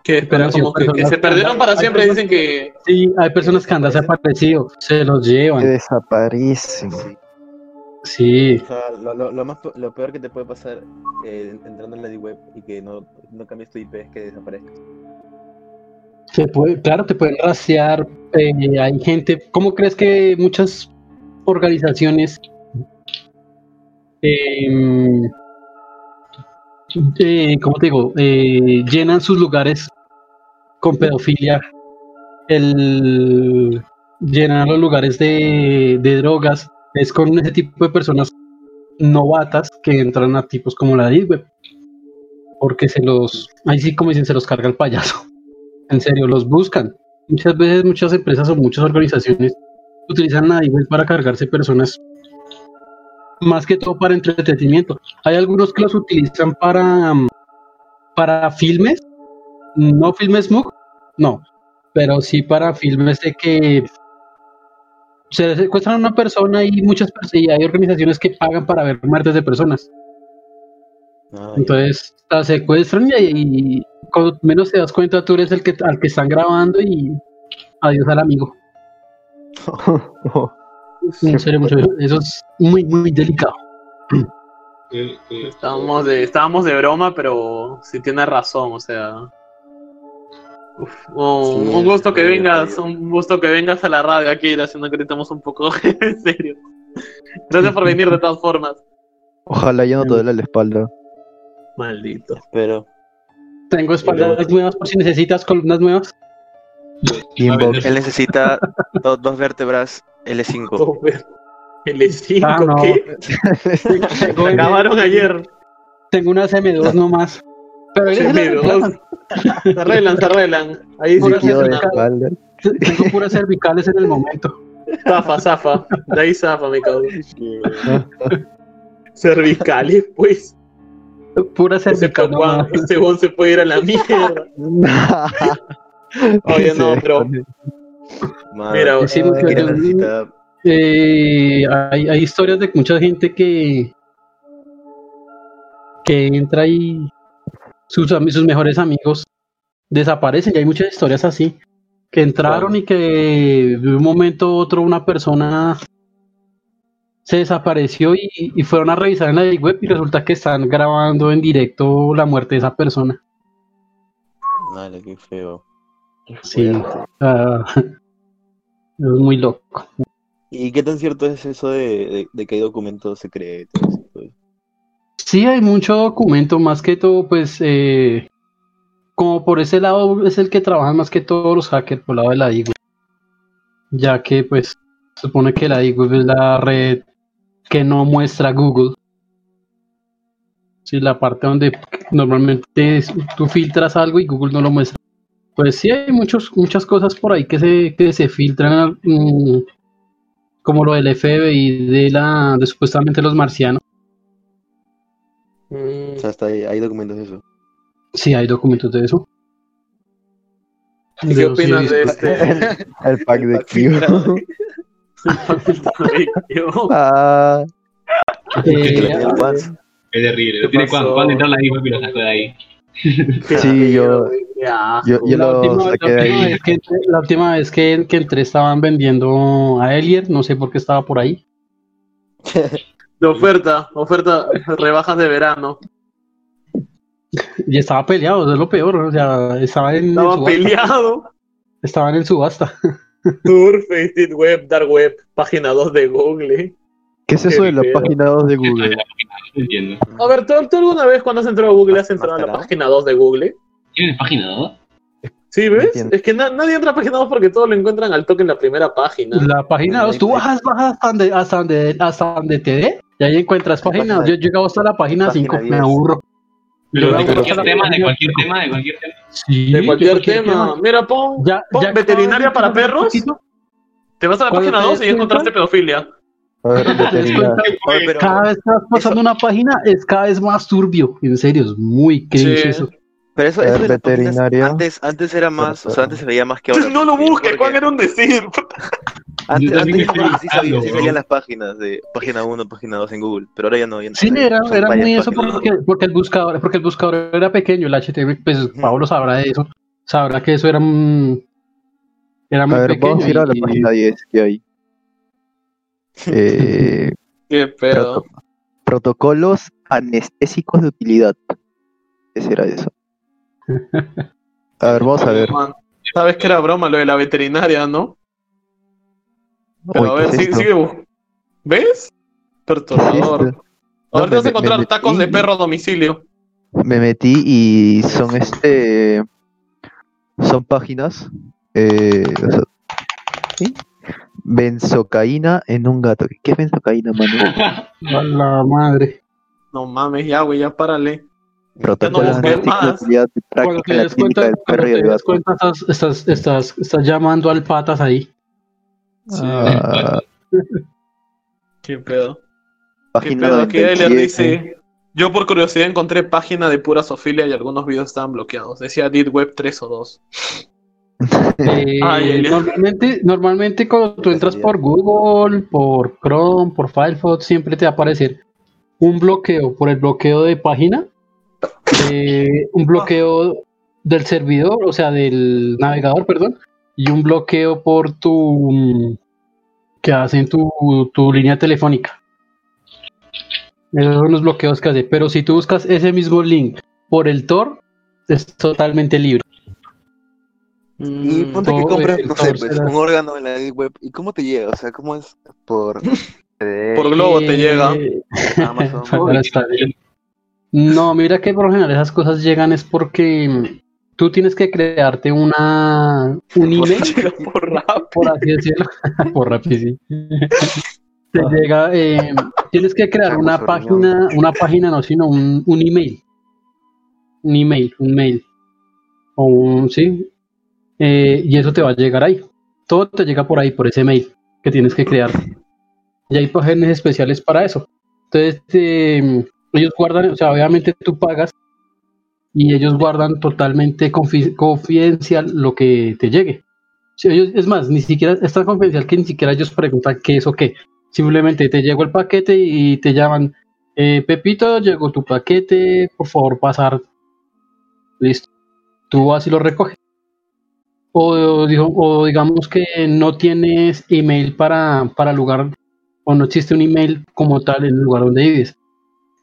S2: Que,
S7: Pero
S2: como que, que se perdieron para siempre, dicen que
S7: Sí, hay personas que han desaparecido, se los llevan.
S4: desaparecen.
S6: Sí.
S7: Sí,
S6: O sea, lo, lo- lo más, pe- lo peor que te puede pasar eh, entrando en la deep web y que no, no cambies tu IP es que desaparezcas.
S7: se puede, claro, te pueden rastrear. eh, hay gente. ¿Cómo crees que muchas organizaciones em, eh, ¿cómo te digo? Eh, llenan sus lugares con pedofilia, el llenar los lugares de, de drogas es con ese tipo de personas novatas que entran a tipos como la Deep Web, porque se los, ahí sí como dicen, se los carga el payaso, en serio, los buscan. Muchas veces muchas empresas o muchas organizaciones utilizan la Deep Web para cargarse personas, más que todo para entretenimiento. Hay algunos que los utilizan para, mm, para filmes, no filmes MOOC, no, pero sí para filmes de que se secuestran a una persona y muchas pers- y hay organizaciones que pagan para ver muertes de personas. Entonces la secuestran y, y cuando menos te das cuenta tú eres el que al que están grabando y adiós al amigo. En serio, mucho- eso es muy muy delicado.
S1: eh,
S2: estábamos de, estábamos de broma, pero sí tiene razón, o sea. Uf, un,
S6: Sí,
S2: un gusto que
S6: sí,
S2: vengas,
S6: sí.
S2: un gusto que vengas a la radio aquí, haciendo que gritamos un poco, <laughs> en serio. Gracias por venir de todas formas.
S3: Ojalá ya no te duele la espalda.
S2: Maldito.
S6: Pero
S7: Tengo espaldas nuevas por si necesitas columnas nuevas.
S3: Inbox.
S6: él necesita do- dos vértebras L5.
S2: El 5
S7: Ah, no.
S2: que
S7: Tengo-
S2: acabaron ayer.
S7: Tengo una CM2 nomás. Pero ahí se la reemplazan.
S2: Se arreglan, se arreglan. Ahí sí
S7: Ahora
S2: hacen
S7: sí, eh.
S3: Líquido de
S2: una
S3: espalda.
S7: Tengo puras cervicales en el momento.
S2: zafa, zafa. De ahí zafa, mi <laughs> cabrón. Cervicales, pues.
S7: Puras
S2: Ese
S7: cervicales.
S2: caguán,
S7: nomás.
S2: ese bon se puede ir a la mierda. <laughs> Oye, no, pero mira,
S7: Ah, Sí, porque
S6: Kira
S7: yo-
S6: necesita
S7: Eh, hay, hay historias de mucha gente que que entra y sus, ami- sus mejores amigos desaparecen. Y hay muchas historias así que entraron y que de un momento a otro una persona se desapareció y, y fueron a revisar en la deep web y resulta que están grabando en directo la muerte de esa persona.
S6: Dale, qué feo.
S7: Sí, <laughs> ah, es muy loco.
S6: ¿Y qué tan cierto es eso de, de- de que hay documentos secretos? y todo eso?
S7: Sí, hay mucho documento, más que todo, pues, eh, como por ese lado es el que trabajan más que todos los hackers, por el lado de la deep web. Ya que, pues, se supone que la deep web es la red que no muestra Google. Sí, la parte donde normalmente es- tú filtras algo y Google no lo muestra. Pues sí, hay muchos, muchas cosas por ahí que se, que se filtran, mm, como lo del FBI de, la, de supuestamente los marcianos.
S2: mm,
S6: O sea, hasta ahí- hay documentos de eso.
S7: Sí, hay documentos de eso.
S2: ¿y ¿qué
S7: Yo sí he
S2: opinas de
S7: visto. <laughs>
S2: este?
S4: El pack de
S6: filtrado.
S4: Q. Ah,
S7: Eh,
S6: Que la tiene el WhatsApp.
S1: Es terrible.
S2: ¿Qué
S1: Lo tiene
S2: pasó?
S1: Juan. Juan entró en la deep web y lo sacó de ahí.
S4: Sí, yo-
S2: Ya.
S4: yo, yo
S7: la,
S4: lo
S7: última, la
S4: saqué de
S7: última
S4: ahí.
S7: vez que, la última vez que, que entré estaban vendiendo a Elier, no sé por qué estaba por ahí.
S2: De oferta, oferta, rebajas de verano.
S7: Y estaba peleado, eso es lo peor. O sea, estaban en, en
S2: Estaba
S7: subasta.
S2: peleado.
S7: Estaban en subasta.
S2: Surface, <laughs> Deep Web, Dark Web, página 2 de Google.
S3: ¿Qué es eso de la
S2: Qué feo.
S3: página 2 de Google?
S1: No entiendo.
S2: A ver, ¿tú, tú alguna vez cuando has entrado a Google has entrado a la
S6: ¿Mascarado?
S2: página 2 de Google?
S1: ¿Tienes página 2?
S2: Sí, ¿ves?
S4: Entiendo.
S2: Es que na- nadie entra a página 2 porque todos lo encuentran al toque en la primera página.
S7: La página 2, tú bajas, bajas hasta donde, hasta donde, hasta donde te dé. Y ahí encuentras página.
S6: Página-
S7: Yo he llegado hasta la página
S6: página
S7: 5, me
S6: 10.
S7: aburro.
S1: Pero
S7: Yo
S1: de
S7: la-
S1: cualquier
S7: la-
S1: tema, de cualquier tema, de cualquier tema.
S7: Sí,
S2: de cualquier, tema. Mira, pon,
S7: Ya,
S2: pon
S7: ya-
S2: veterinaria para perros. Te vas a la
S7: Cuando
S2: página
S7: te
S2: 2 y
S7: des cuenta-
S2: encontraste pedofilia.
S4: A ver,
S7: <laughs> ¿Te das
S4: veterinaria.
S7: cuenta?
S6: Oye, pero-
S7: Cada vez que vas pasando una página es cada vez más turbio. En serio, es muy cringe
S2: Sí.
S7: eso.
S6: Pero eso,
S4: A
S6: eso
S4: ver,
S6: de las páginas,
S4: veterinario.
S6: antes, antes era más, o sea, antes se veía más que ahora.
S2: <laughs> No lo
S6: Sí,
S2: busques,
S6: porque
S2: Juan era un decir.
S6: Antes,
S1: Yo también
S6: antes
S1: estoy
S6: sí, sabía-
S1: buscando,
S6: sí
S1: bro.
S6: salían las páginas de página 1, página 2 en Google, pero ahora ya no. ya no
S7: Sí,
S6: salen,
S7: era,
S6: son
S7: era
S6: varias
S7: muy eso
S6: páginas.
S7: porque, porque el buscador, porque el buscador era pequeño, el HTML, pues
S6: Ujú.
S7: Pablo sabrá de eso, sabrá que eso era un- era muy
S3: A ver,
S7: pequeño.
S3: vamos a ir a la
S7: y-
S3: página 10 que hay. Eh,
S5: Qué pedo.
S3: proto- protocolos anestésicos de utilidad. ¿Qué será eso? A ver, vamos a ver.
S2: Man, Sabes que era broma lo de la veterinaria, ¿no? Pero
S3: Uy,
S2: a
S3: ¿qué
S2: ver,
S3: es
S2: sigue,
S3: esto?
S2: sigue bus- ¿Ves?
S3: ¿Qué es
S2: Perturbador.
S3: esto?
S2: Ahora
S3: No,
S2: te vas a
S3: me-
S2: encontrar
S3: me metí.
S2: tacos de perro a domicilio.
S3: Me metí y son este. Son páginas. Eh, o sea, ¿sí? Benzocaína en un gato. ¿Qué es benzocaína, mano?
S7: A la madre.
S2: No mames, ya, güey, ya párale.
S3: Protocolos
S2: busqué
S3: anestésicos de
S2: más.
S3: utilidad de
S7: Cuando
S3: práctica
S7: te
S3: en la
S7: des
S3: clínica
S7: cuenta,
S3: del
S7: cuando
S3: perro y
S7: te
S3: el
S7: des
S3: gato.
S7: cuenta estás, estás, estás, estás llamando al patas ahí.
S3: Ah,
S2: Qué pedo. Qué
S3: página
S2: pedo, aquí Tyler
S3: 97.
S2: dice. Yo por curiosidad encontré página de pura sofilia y algunos videos estaban bloqueados. Decía DidWeb 3 o 2.
S7: Eh,
S2: Ay, ay, ay.
S7: Normalmente, normalmente cuando tú entras por Google, por Chrome, por Firefox, siempre te va a aparecer un bloqueo por el bloqueo de página, eh, un bloqueo del servidor, o sea, del navegador, perdón, y un bloqueo por tu mm, que hacen tu, tu línea telefónica. Esos son los bloqueos que hace. Pero si tú buscas ese mismo link por el Tor, es totalmente libre.
S6: Y ponte que
S7: todo
S6: compras,
S7: el
S6: no sé,
S7: torso
S6: pues,
S7: era-
S6: un órgano en la deep web. ¿Y cómo te llega? O sea, ¿cómo es? Por
S2: Por Globo te
S7: Eh,
S2: llega. <laughs>
S6: Amazon.
S7: Ahora está bien. No, mira que por lo general esas cosas llegan es porque mm, tú tienes que crearte una
S2: <laughs>
S7: un email,
S2: Llega por rap.
S7: por así decirlo, <laughs> por Rappi, sí. Te llega, eh, tienes que crear
S6: Saco
S7: una
S6: su
S7: página, una página no, sino un, un email, un email, un mail, o un sí, Eh, y eso te va a llegar ahí. Todo te llega por ahí, por ese mail que tienes que crear. Y hay páginas especiales para eso. Entonces, eh, ellos guardan, o sea, obviamente tú pagas y ellos guardan totalmente confi- confidencial lo que te llegue. Si ellos, es más, ni siquiera es tan confidencial que ni siquiera ellos preguntan qué es o qué. Simplemente te llegó el paquete y te llaman, eh, Pepito, llegó tu paquete, por favor pasar. Listo. Tú vas y lo recoges. O, digo- o digamos que no tienes email para, para el lugar, o no existe un email como tal en el lugar donde vives.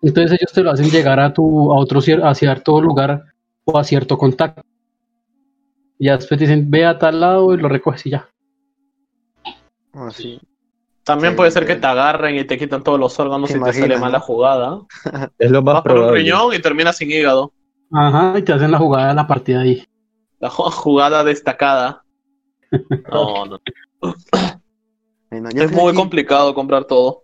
S7: Entonces ellos te lo hacen llegar a tu, a otro cier- a cierto lugar o a cierto contacto. Y ya después te dicen, ve a tal lado y lo recoges y ya.
S6: Ah, sí.
S2: También
S6: Sí,
S2: puede ser que
S6: sí.
S2: te agarren y te quitan todos los órganos
S6: Te
S2: y te sale
S6: imaginas,
S2: mala
S6: ¿no?
S2: jugada.
S3: Es lo
S2: Vas
S3: más
S2: por un
S3: probable.
S2: riñón y terminas sin hígado.
S7: Ajá, y te hacen la jugada de la partida ahí.
S2: La ju- <laughs> jugada destacada. No, no.
S6: Ay, no, yo
S2: Es
S6: estoy
S2: muy
S6: aquí,
S2: complicado comprar todo.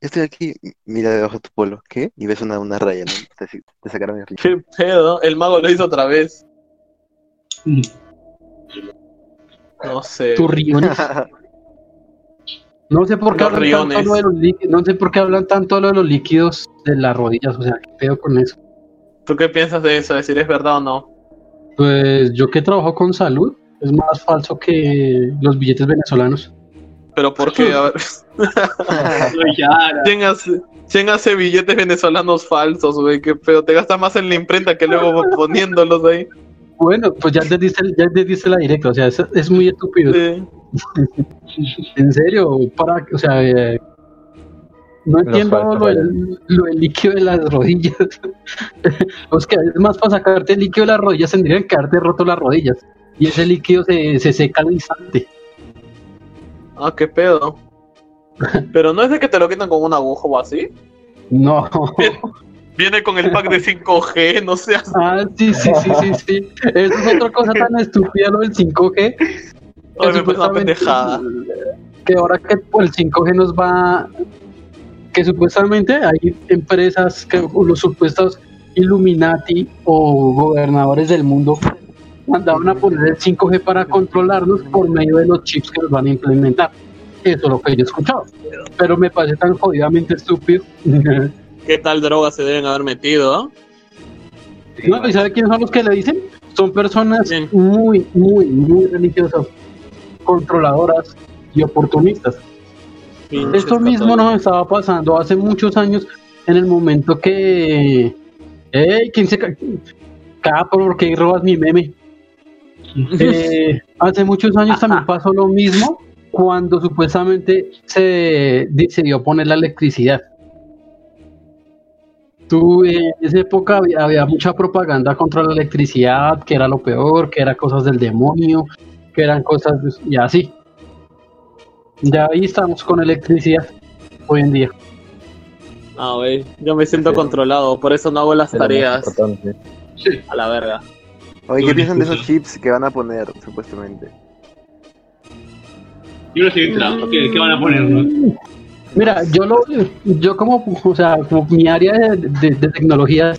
S6: yo estoy aquí, mira debajo de tu polo, ¿qué? Y ves una, una raya, ¿no? Te, te sacaron el riñón.
S2: Qué pedo. El mago lo hizo otra vez. Mm. No sé.
S7: Tus riñones. No sé por qué
S2: Los
S7: hablan tanto
S2: riñones.
S7: lo de los líquidos, no sé por qué hablan tanto lo de los líquidos de las rodillas, o sea, qué pedo con eso.
S2: ¿Tú qué piensas de eso? Decir es verdad o no.
S7: Pues yo que trabajo con salud, es más falso que los billetes venezolanos.
S2: Pero ¿por qué? A ver.
S1: Soy Yara.
S2: ¿Quién hace, quién hace billetes venezolanos falsos, güey? Qué pedo. Te gastas más en la imprenta que luego poniéndolos ahí.
S7: Bueno, pues ya entendiste, ya entendiste la directa, o sea, es, es muy estúpido.
S2: Sí.
S7: <laughs> En serio, para, o sea, eh, no entiendo
S4: falsos,
S7: lo del, lo del líquido de las rodillas. <laughs> o sea, es más para sacarte el líquido de las rodillas tendrían que haberte roto las rodillas y ese líquido se, se seca al instante.
S2: Ah, qué pedo. Pero no es de que te lo quitan con un agujo o así.
S7: <laughs> No.
S2: Viene con el <laughs> pack de 5G, no seas.
S7: Ah, sí, sí, sí, sí, sí. Eso es otra cosa tan estúpida lo del 5G.
S2: Ay,
S7: que
S2: me parece una
S7: supuestamente-
S2: pendejada.
S7: Que ahora que pues, el 5G nos va. Que supuestamente hay empresas, que los supuestos Illuminati o gobernadores del mundo mandaron a poner el 5G para controlarnos por medio de los chips que nos van a implementar. Eso es lo que yo he escuchado. Pero me parece tan jodidamente estúpido.
S8: Mm.
S2: ¿Qué tal droga se deben haber metido? ah?
S1: Este,
S7: No, ¿Y sabe quiénes son los que le dicen? Son personas
S2: Bien.
S7: muy, muy, muy religiosas, controladoras y oportunistas.
S2: Pinches
S7: Esto mismo
S2: católicos.
S7: nos estaba pasando hace muchos años en el momento que... ¡Ey! ¿Quién se... ca- Capo, ¿por qué robas mi meme? Eh, hace muchos años también pasó lo mismo cuando supuestamente se decidió poner la electricidad. Tú, eh, en esa época había, había mucha propaganda contra la electricidad, que era lo peor, que era cosas del demonio, que eran cosas de- y así. Ya ahí estamos con electricidad hoy en día.
S2: Ah, güey, yo me siento
S4: Sí.
S2: controlado, por eso no hago las
S4: Era más
S2: tareas.
S4: importante.
S2: A la verga.
S1: Todo
S8: Oye, ¿qué
S1: el
S8: piensan de esos
S1: discurso.
S8: chips que van a poner, supuestamente?
S1: Yo no sé claro, ¿qué, qué van a poner? no?
S7: Mira, yo lo, yo como, o sea, como mi área de, de- de tecnología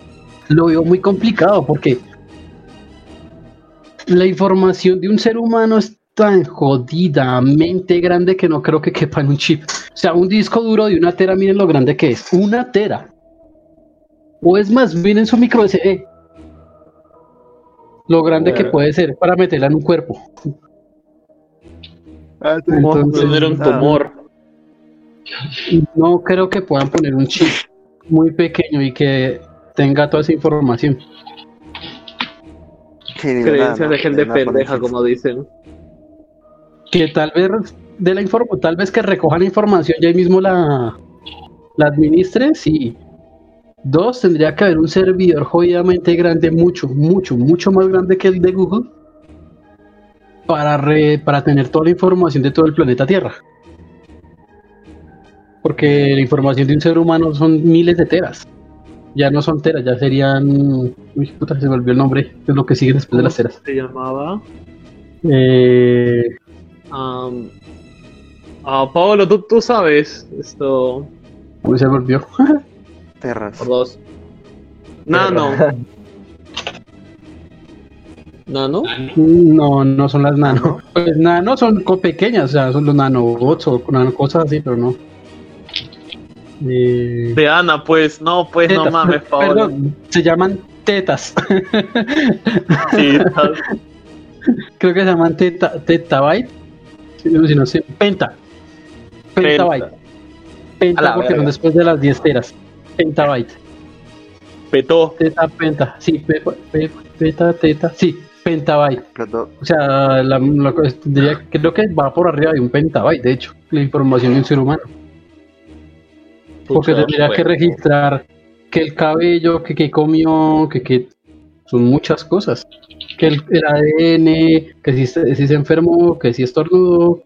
S7: lo veo muy complicado porque la información de un ser humano es tan jodidamente grande que no creo que quepa en un chip. O sea, un disco duro de una tera, miren lo grande que es, una tera. O es más, miren su micro SD. Lo grande que
S2: Verga.
S7: puede ser para meterla en un cuerpo. Entonces-
S2: Tener un tumor.
S7: No creo que puedan poner un chip muy pequeño y que tenga toda esa información.
S8: Sí, ni nada,
S2: Creencias
S8: ¿no?
S2: de gente
S8: nada ponen
S2: pendeja,
S8: chips.
S2: como dicen.
S7: Que tal vez de la inform- tal vez que recojan información y ahí mismo la, la administren, sí. Dos, tendría que haber un servidor jodidamente grande, mucho, mucho, mucho más grande que el de Google, para, re- para tener toda la información de todo el planeta Tierra. Porque la información de un ser humano son miles de teras. Ya no son teras, ya serían. Uy, puta, se me olvidó el nombre de lo que sigue después de las teras.
S2: Se llamaba.
S7: Eh,
S2: Am, ah, Paolo, tú, tú sabes esto.
S7: uy, se me olvidó. <laughs>
S8: Terras.
S2: Por dos. Nano. Nano.
S1: Ah,
S7: No, no son las nano. Pues nano son co- pequeñas, o sea, son los nanobots o nano cosas así, pero no. Eh,
S2: De Ana, pues. No, pues no
S7: tetas. <laughs>
S2: mames, Paolo.
S7: Perdón, se llaman tetas. <laughs>
S2: Sí, tal-
S7: Creo que se llaman teta, tetabyte. Si no, si no sé, penta. Pentabyte. Penta,
S2: A la
S7: porque
S2: verga.
S7: son después de las 10 teras. Pentabyte.
S2: petó.
S7: Teta, penta. Sí, pe- pe- peta, teta. Sí, pentabyte.
S8: Explotó.
S7: O sea, la, la cosa- diría- creo que va por arriba de un pentabyte, de hecho, la información de un ser humano. Porque
S2: Pucha,
S7: tendría que
S2: bueno.
S7: registrar que el cabello, que, que comió, que, que son muchas cosas. Que el, el ADN, que si, se- si se enfermó, que si estornudó,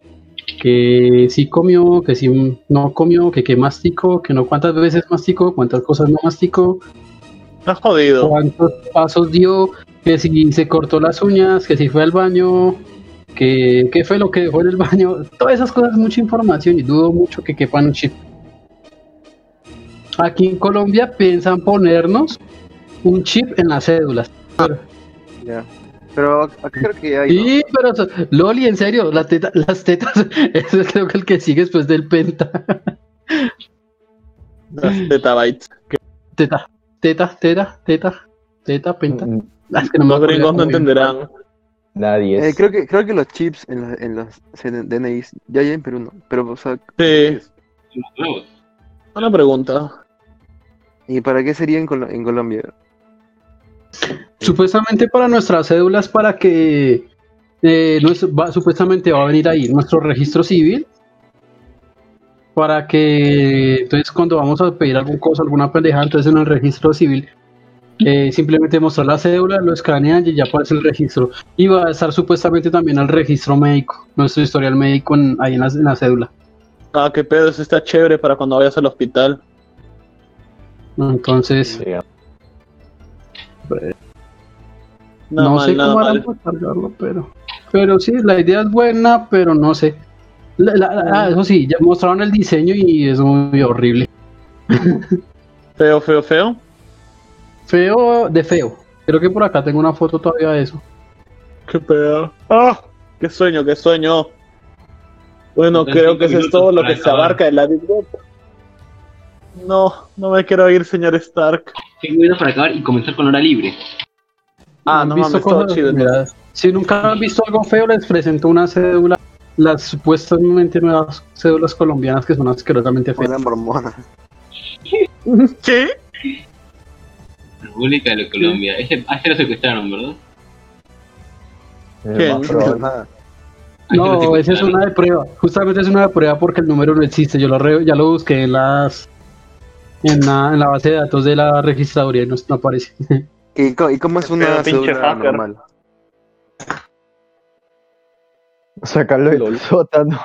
S7: que si comió, que si no comió, que qué masticó, que no cuántas veces masticó, cuántas cosas no masticó
S2: Estás jodido.
S7: cuántos pasos dio, que si se cortó las uñas, que si fue al baño, que qué fue lo que dejó en el baño. Todas esas cosas, mucha información y dudo mucho que quepan un chip. Aquí en Colombia piensan ponernos un chip en las cédulas.
S8: Ya. Pero acá creo que hay. ¿no?
S7: Sí, pero eso- Loli, en serio, la teta- las tetas, <laughs> eso es creo que el que sigue después del penta.
S2: Las tetabytes.
S7: Teta, teta, teta, teta, teta, penta.
S4: Mm,
S7: Ah, es que no me
S2: Los
S7: acuerdo
S2: gringos no
S7: cómo era.
S2: entenderán.
S4: Nadie
S8: Eh,
S4: es.
S8: creo, que, creo que los chips en, la- en los CN DNIs, ya hay en Perú, ¿no? Pero, o sea,
S2: Sí.
S1: Los nuevos.
S2: Una pregunta.
S8: ¿y para qué sería en, Colo- en Colombia?
S7: Supuestamente para nuestras cédulas, para que eh, nuestro- va- supuestamente va a venir ahí nuestro registro civil, para que entonces cuando vamos a pedir algún cosa, alguna pendeja, entonces en el registro civil eh, simplemente mostrar la cédula, lo escanean y ya aparece el registro. Y va a estar supuestamente también al registro médico, nuestro historial médico en- ahí en la, en la cédula.
S2: Ah, qué pedo, eso está chévere para cuando vayas al hospital.
S7: Entonces,
S2: Nada
S7: no
S2: mal,
S7: sé
S2: nada
S7: cómo
S2: mal.
S7: harán para cargarlo, pero. Pero sí, la idea es buena, pero no sé. La- la- la-
S2: Mm.
S7: ah, eso sí, ya mostraron el diseño y es muy horrible.
S2: Feo, feo, feo.
S7: Feo de feo. Creo que por acá tengo una foto todavía de eso.
S2: Qué pedo. ¡Ah! ¡Qué sueño, qué sueño! Bueno,
S1: Faltan
S2: creo
S1: cinco
S2: que eso es
S1: minutos
S2: todo lo
S1: para
S2: que se
S1: acabar.
S2: abarca de la Deep Web. No, no me quiero ir, señor Stark.
S1: Tengo miedo para acabar y comenzar con hora libre.
S2: Ah,
S7: ¿Han
S2: no
S7: visto
S2: mames, todo
S7: cosas
S2: chido.
S7: mira, Si nunca han visto algo feo, les presento una cédula, las supuestamente nuevas cédulas colombianas que son asquerosamente feas.
S8: Una mormona.
S2: <laughs> ¿Qué? <laughs>
S1: República de Colombia. Ese, a ese lo secuestraron, ¿verdad?
S4: Eh, más
S6: <laughs>
S4: probable.
S1: A ese lo
S7: No, esa es
S1: secuestraron.
S7: una de prueba. Justamente es una de prueba porque el número no existe. Yo lo re- ya lo busqué en las en la, en la base de datos de la registraduría y no, no aparece.
S8: <laughs>
S7: <laughs>
S8: ¿Y, co- y cómo es
S6: Pero
S8: una
S6: pinche
S8: cédula
S6: hacker.
S8: normal?
S4: Sácalo del sótano.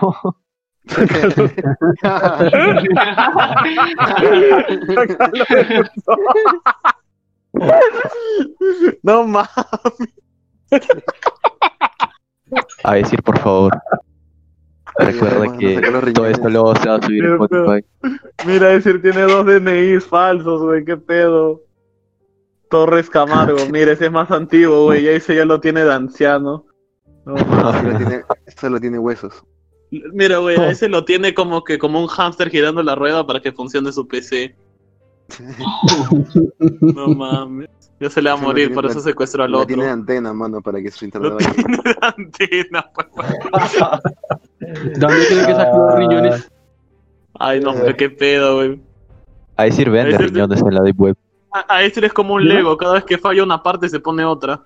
S8: no más.
S3: A decir, por favor. Recuerda
S8: Bueno,
S3: que
S8: saca los
S3: todo
S8: riñones.
S3: esto lo se va a subir en
S2: Pero, pero-
S3: <laughs> Spotify.
S2: Mira, decir, tiene dos DNIs falsos, güey, qué pedo. Torres Camargo, mira, ese es más antiguo, güey, ya ese ya lo tiene de anciano. No,
S8: Solo tiene, solo tiene huesos.
S2: mira, güey,
S8: <laughs>
S2: a ese lo tiene como que como un hámster girando la rueda para que funcione su PC.
S8: <laughs>
S2: No mames. Ya se le va a
S8: Ese no
S2: morir,
S8: tiene
S2: por
S8: plan-
S2: eso secuestró al
S8: No
S2: otro.
S8: tiene antena, mano, para que su internet
S2: No
S8: vaya.
S2: tiene <laughs> antena, pues.
S7: ¿De dónde creen que sacó los riñones?
S2: Ay, no, pero qué pedo, güey.
S3: A decir, vende
S2: Ese-
S3: riñones en la Deep Web.
S2: A, a ese es como un
S7: ¿Ya?
S2: Lego, cada vez que falla una parte se pone otra.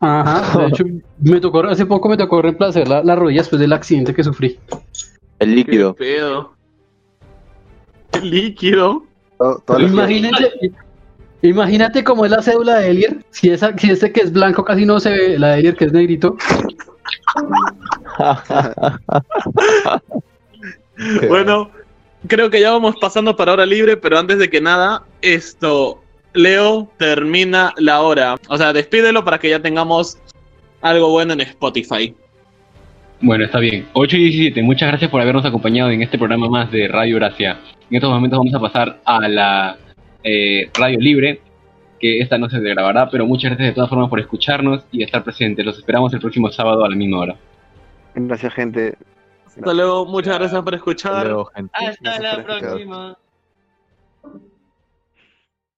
S7: Ajá. De hecho, me tocó, hace poco me tocó reemplazar la, la rodilla después del accidente que sufrí.
S3: El líquido.
S2: ¿Qué pedo? ¿Qué líquido?
S8: Todo- todo lo-
S7: Imagínate, imagínate cómo es la cédula de Elier. Si, esa, si este que es blanco casi no se ve, la de Elier que es negrito.
S2: <laughs> Bueno, creo que ya vamos pasando para hora libre, pero antes de que nada, esto, Leo termina la hora. O sea, despídelo para que ya tengamos algo bueno en Spotify.
S1: Bueno, está bien. 8 y 17, muchas gracias por habernos acompañado en este programa más de Radio Gracia. En estos momentos vamos a pasar a la eh, Radio Libre, que esta no se grabará, pero muchas gracias de todas formas por escucharnos y estar presentes. Los esperamos el próximo sábado a la misma hora.
S8: Gracias, gente.
S2: Hasta luego, muchas gracias por escuchar.
S3: Luego, gente.
S8: Hasta la próxima.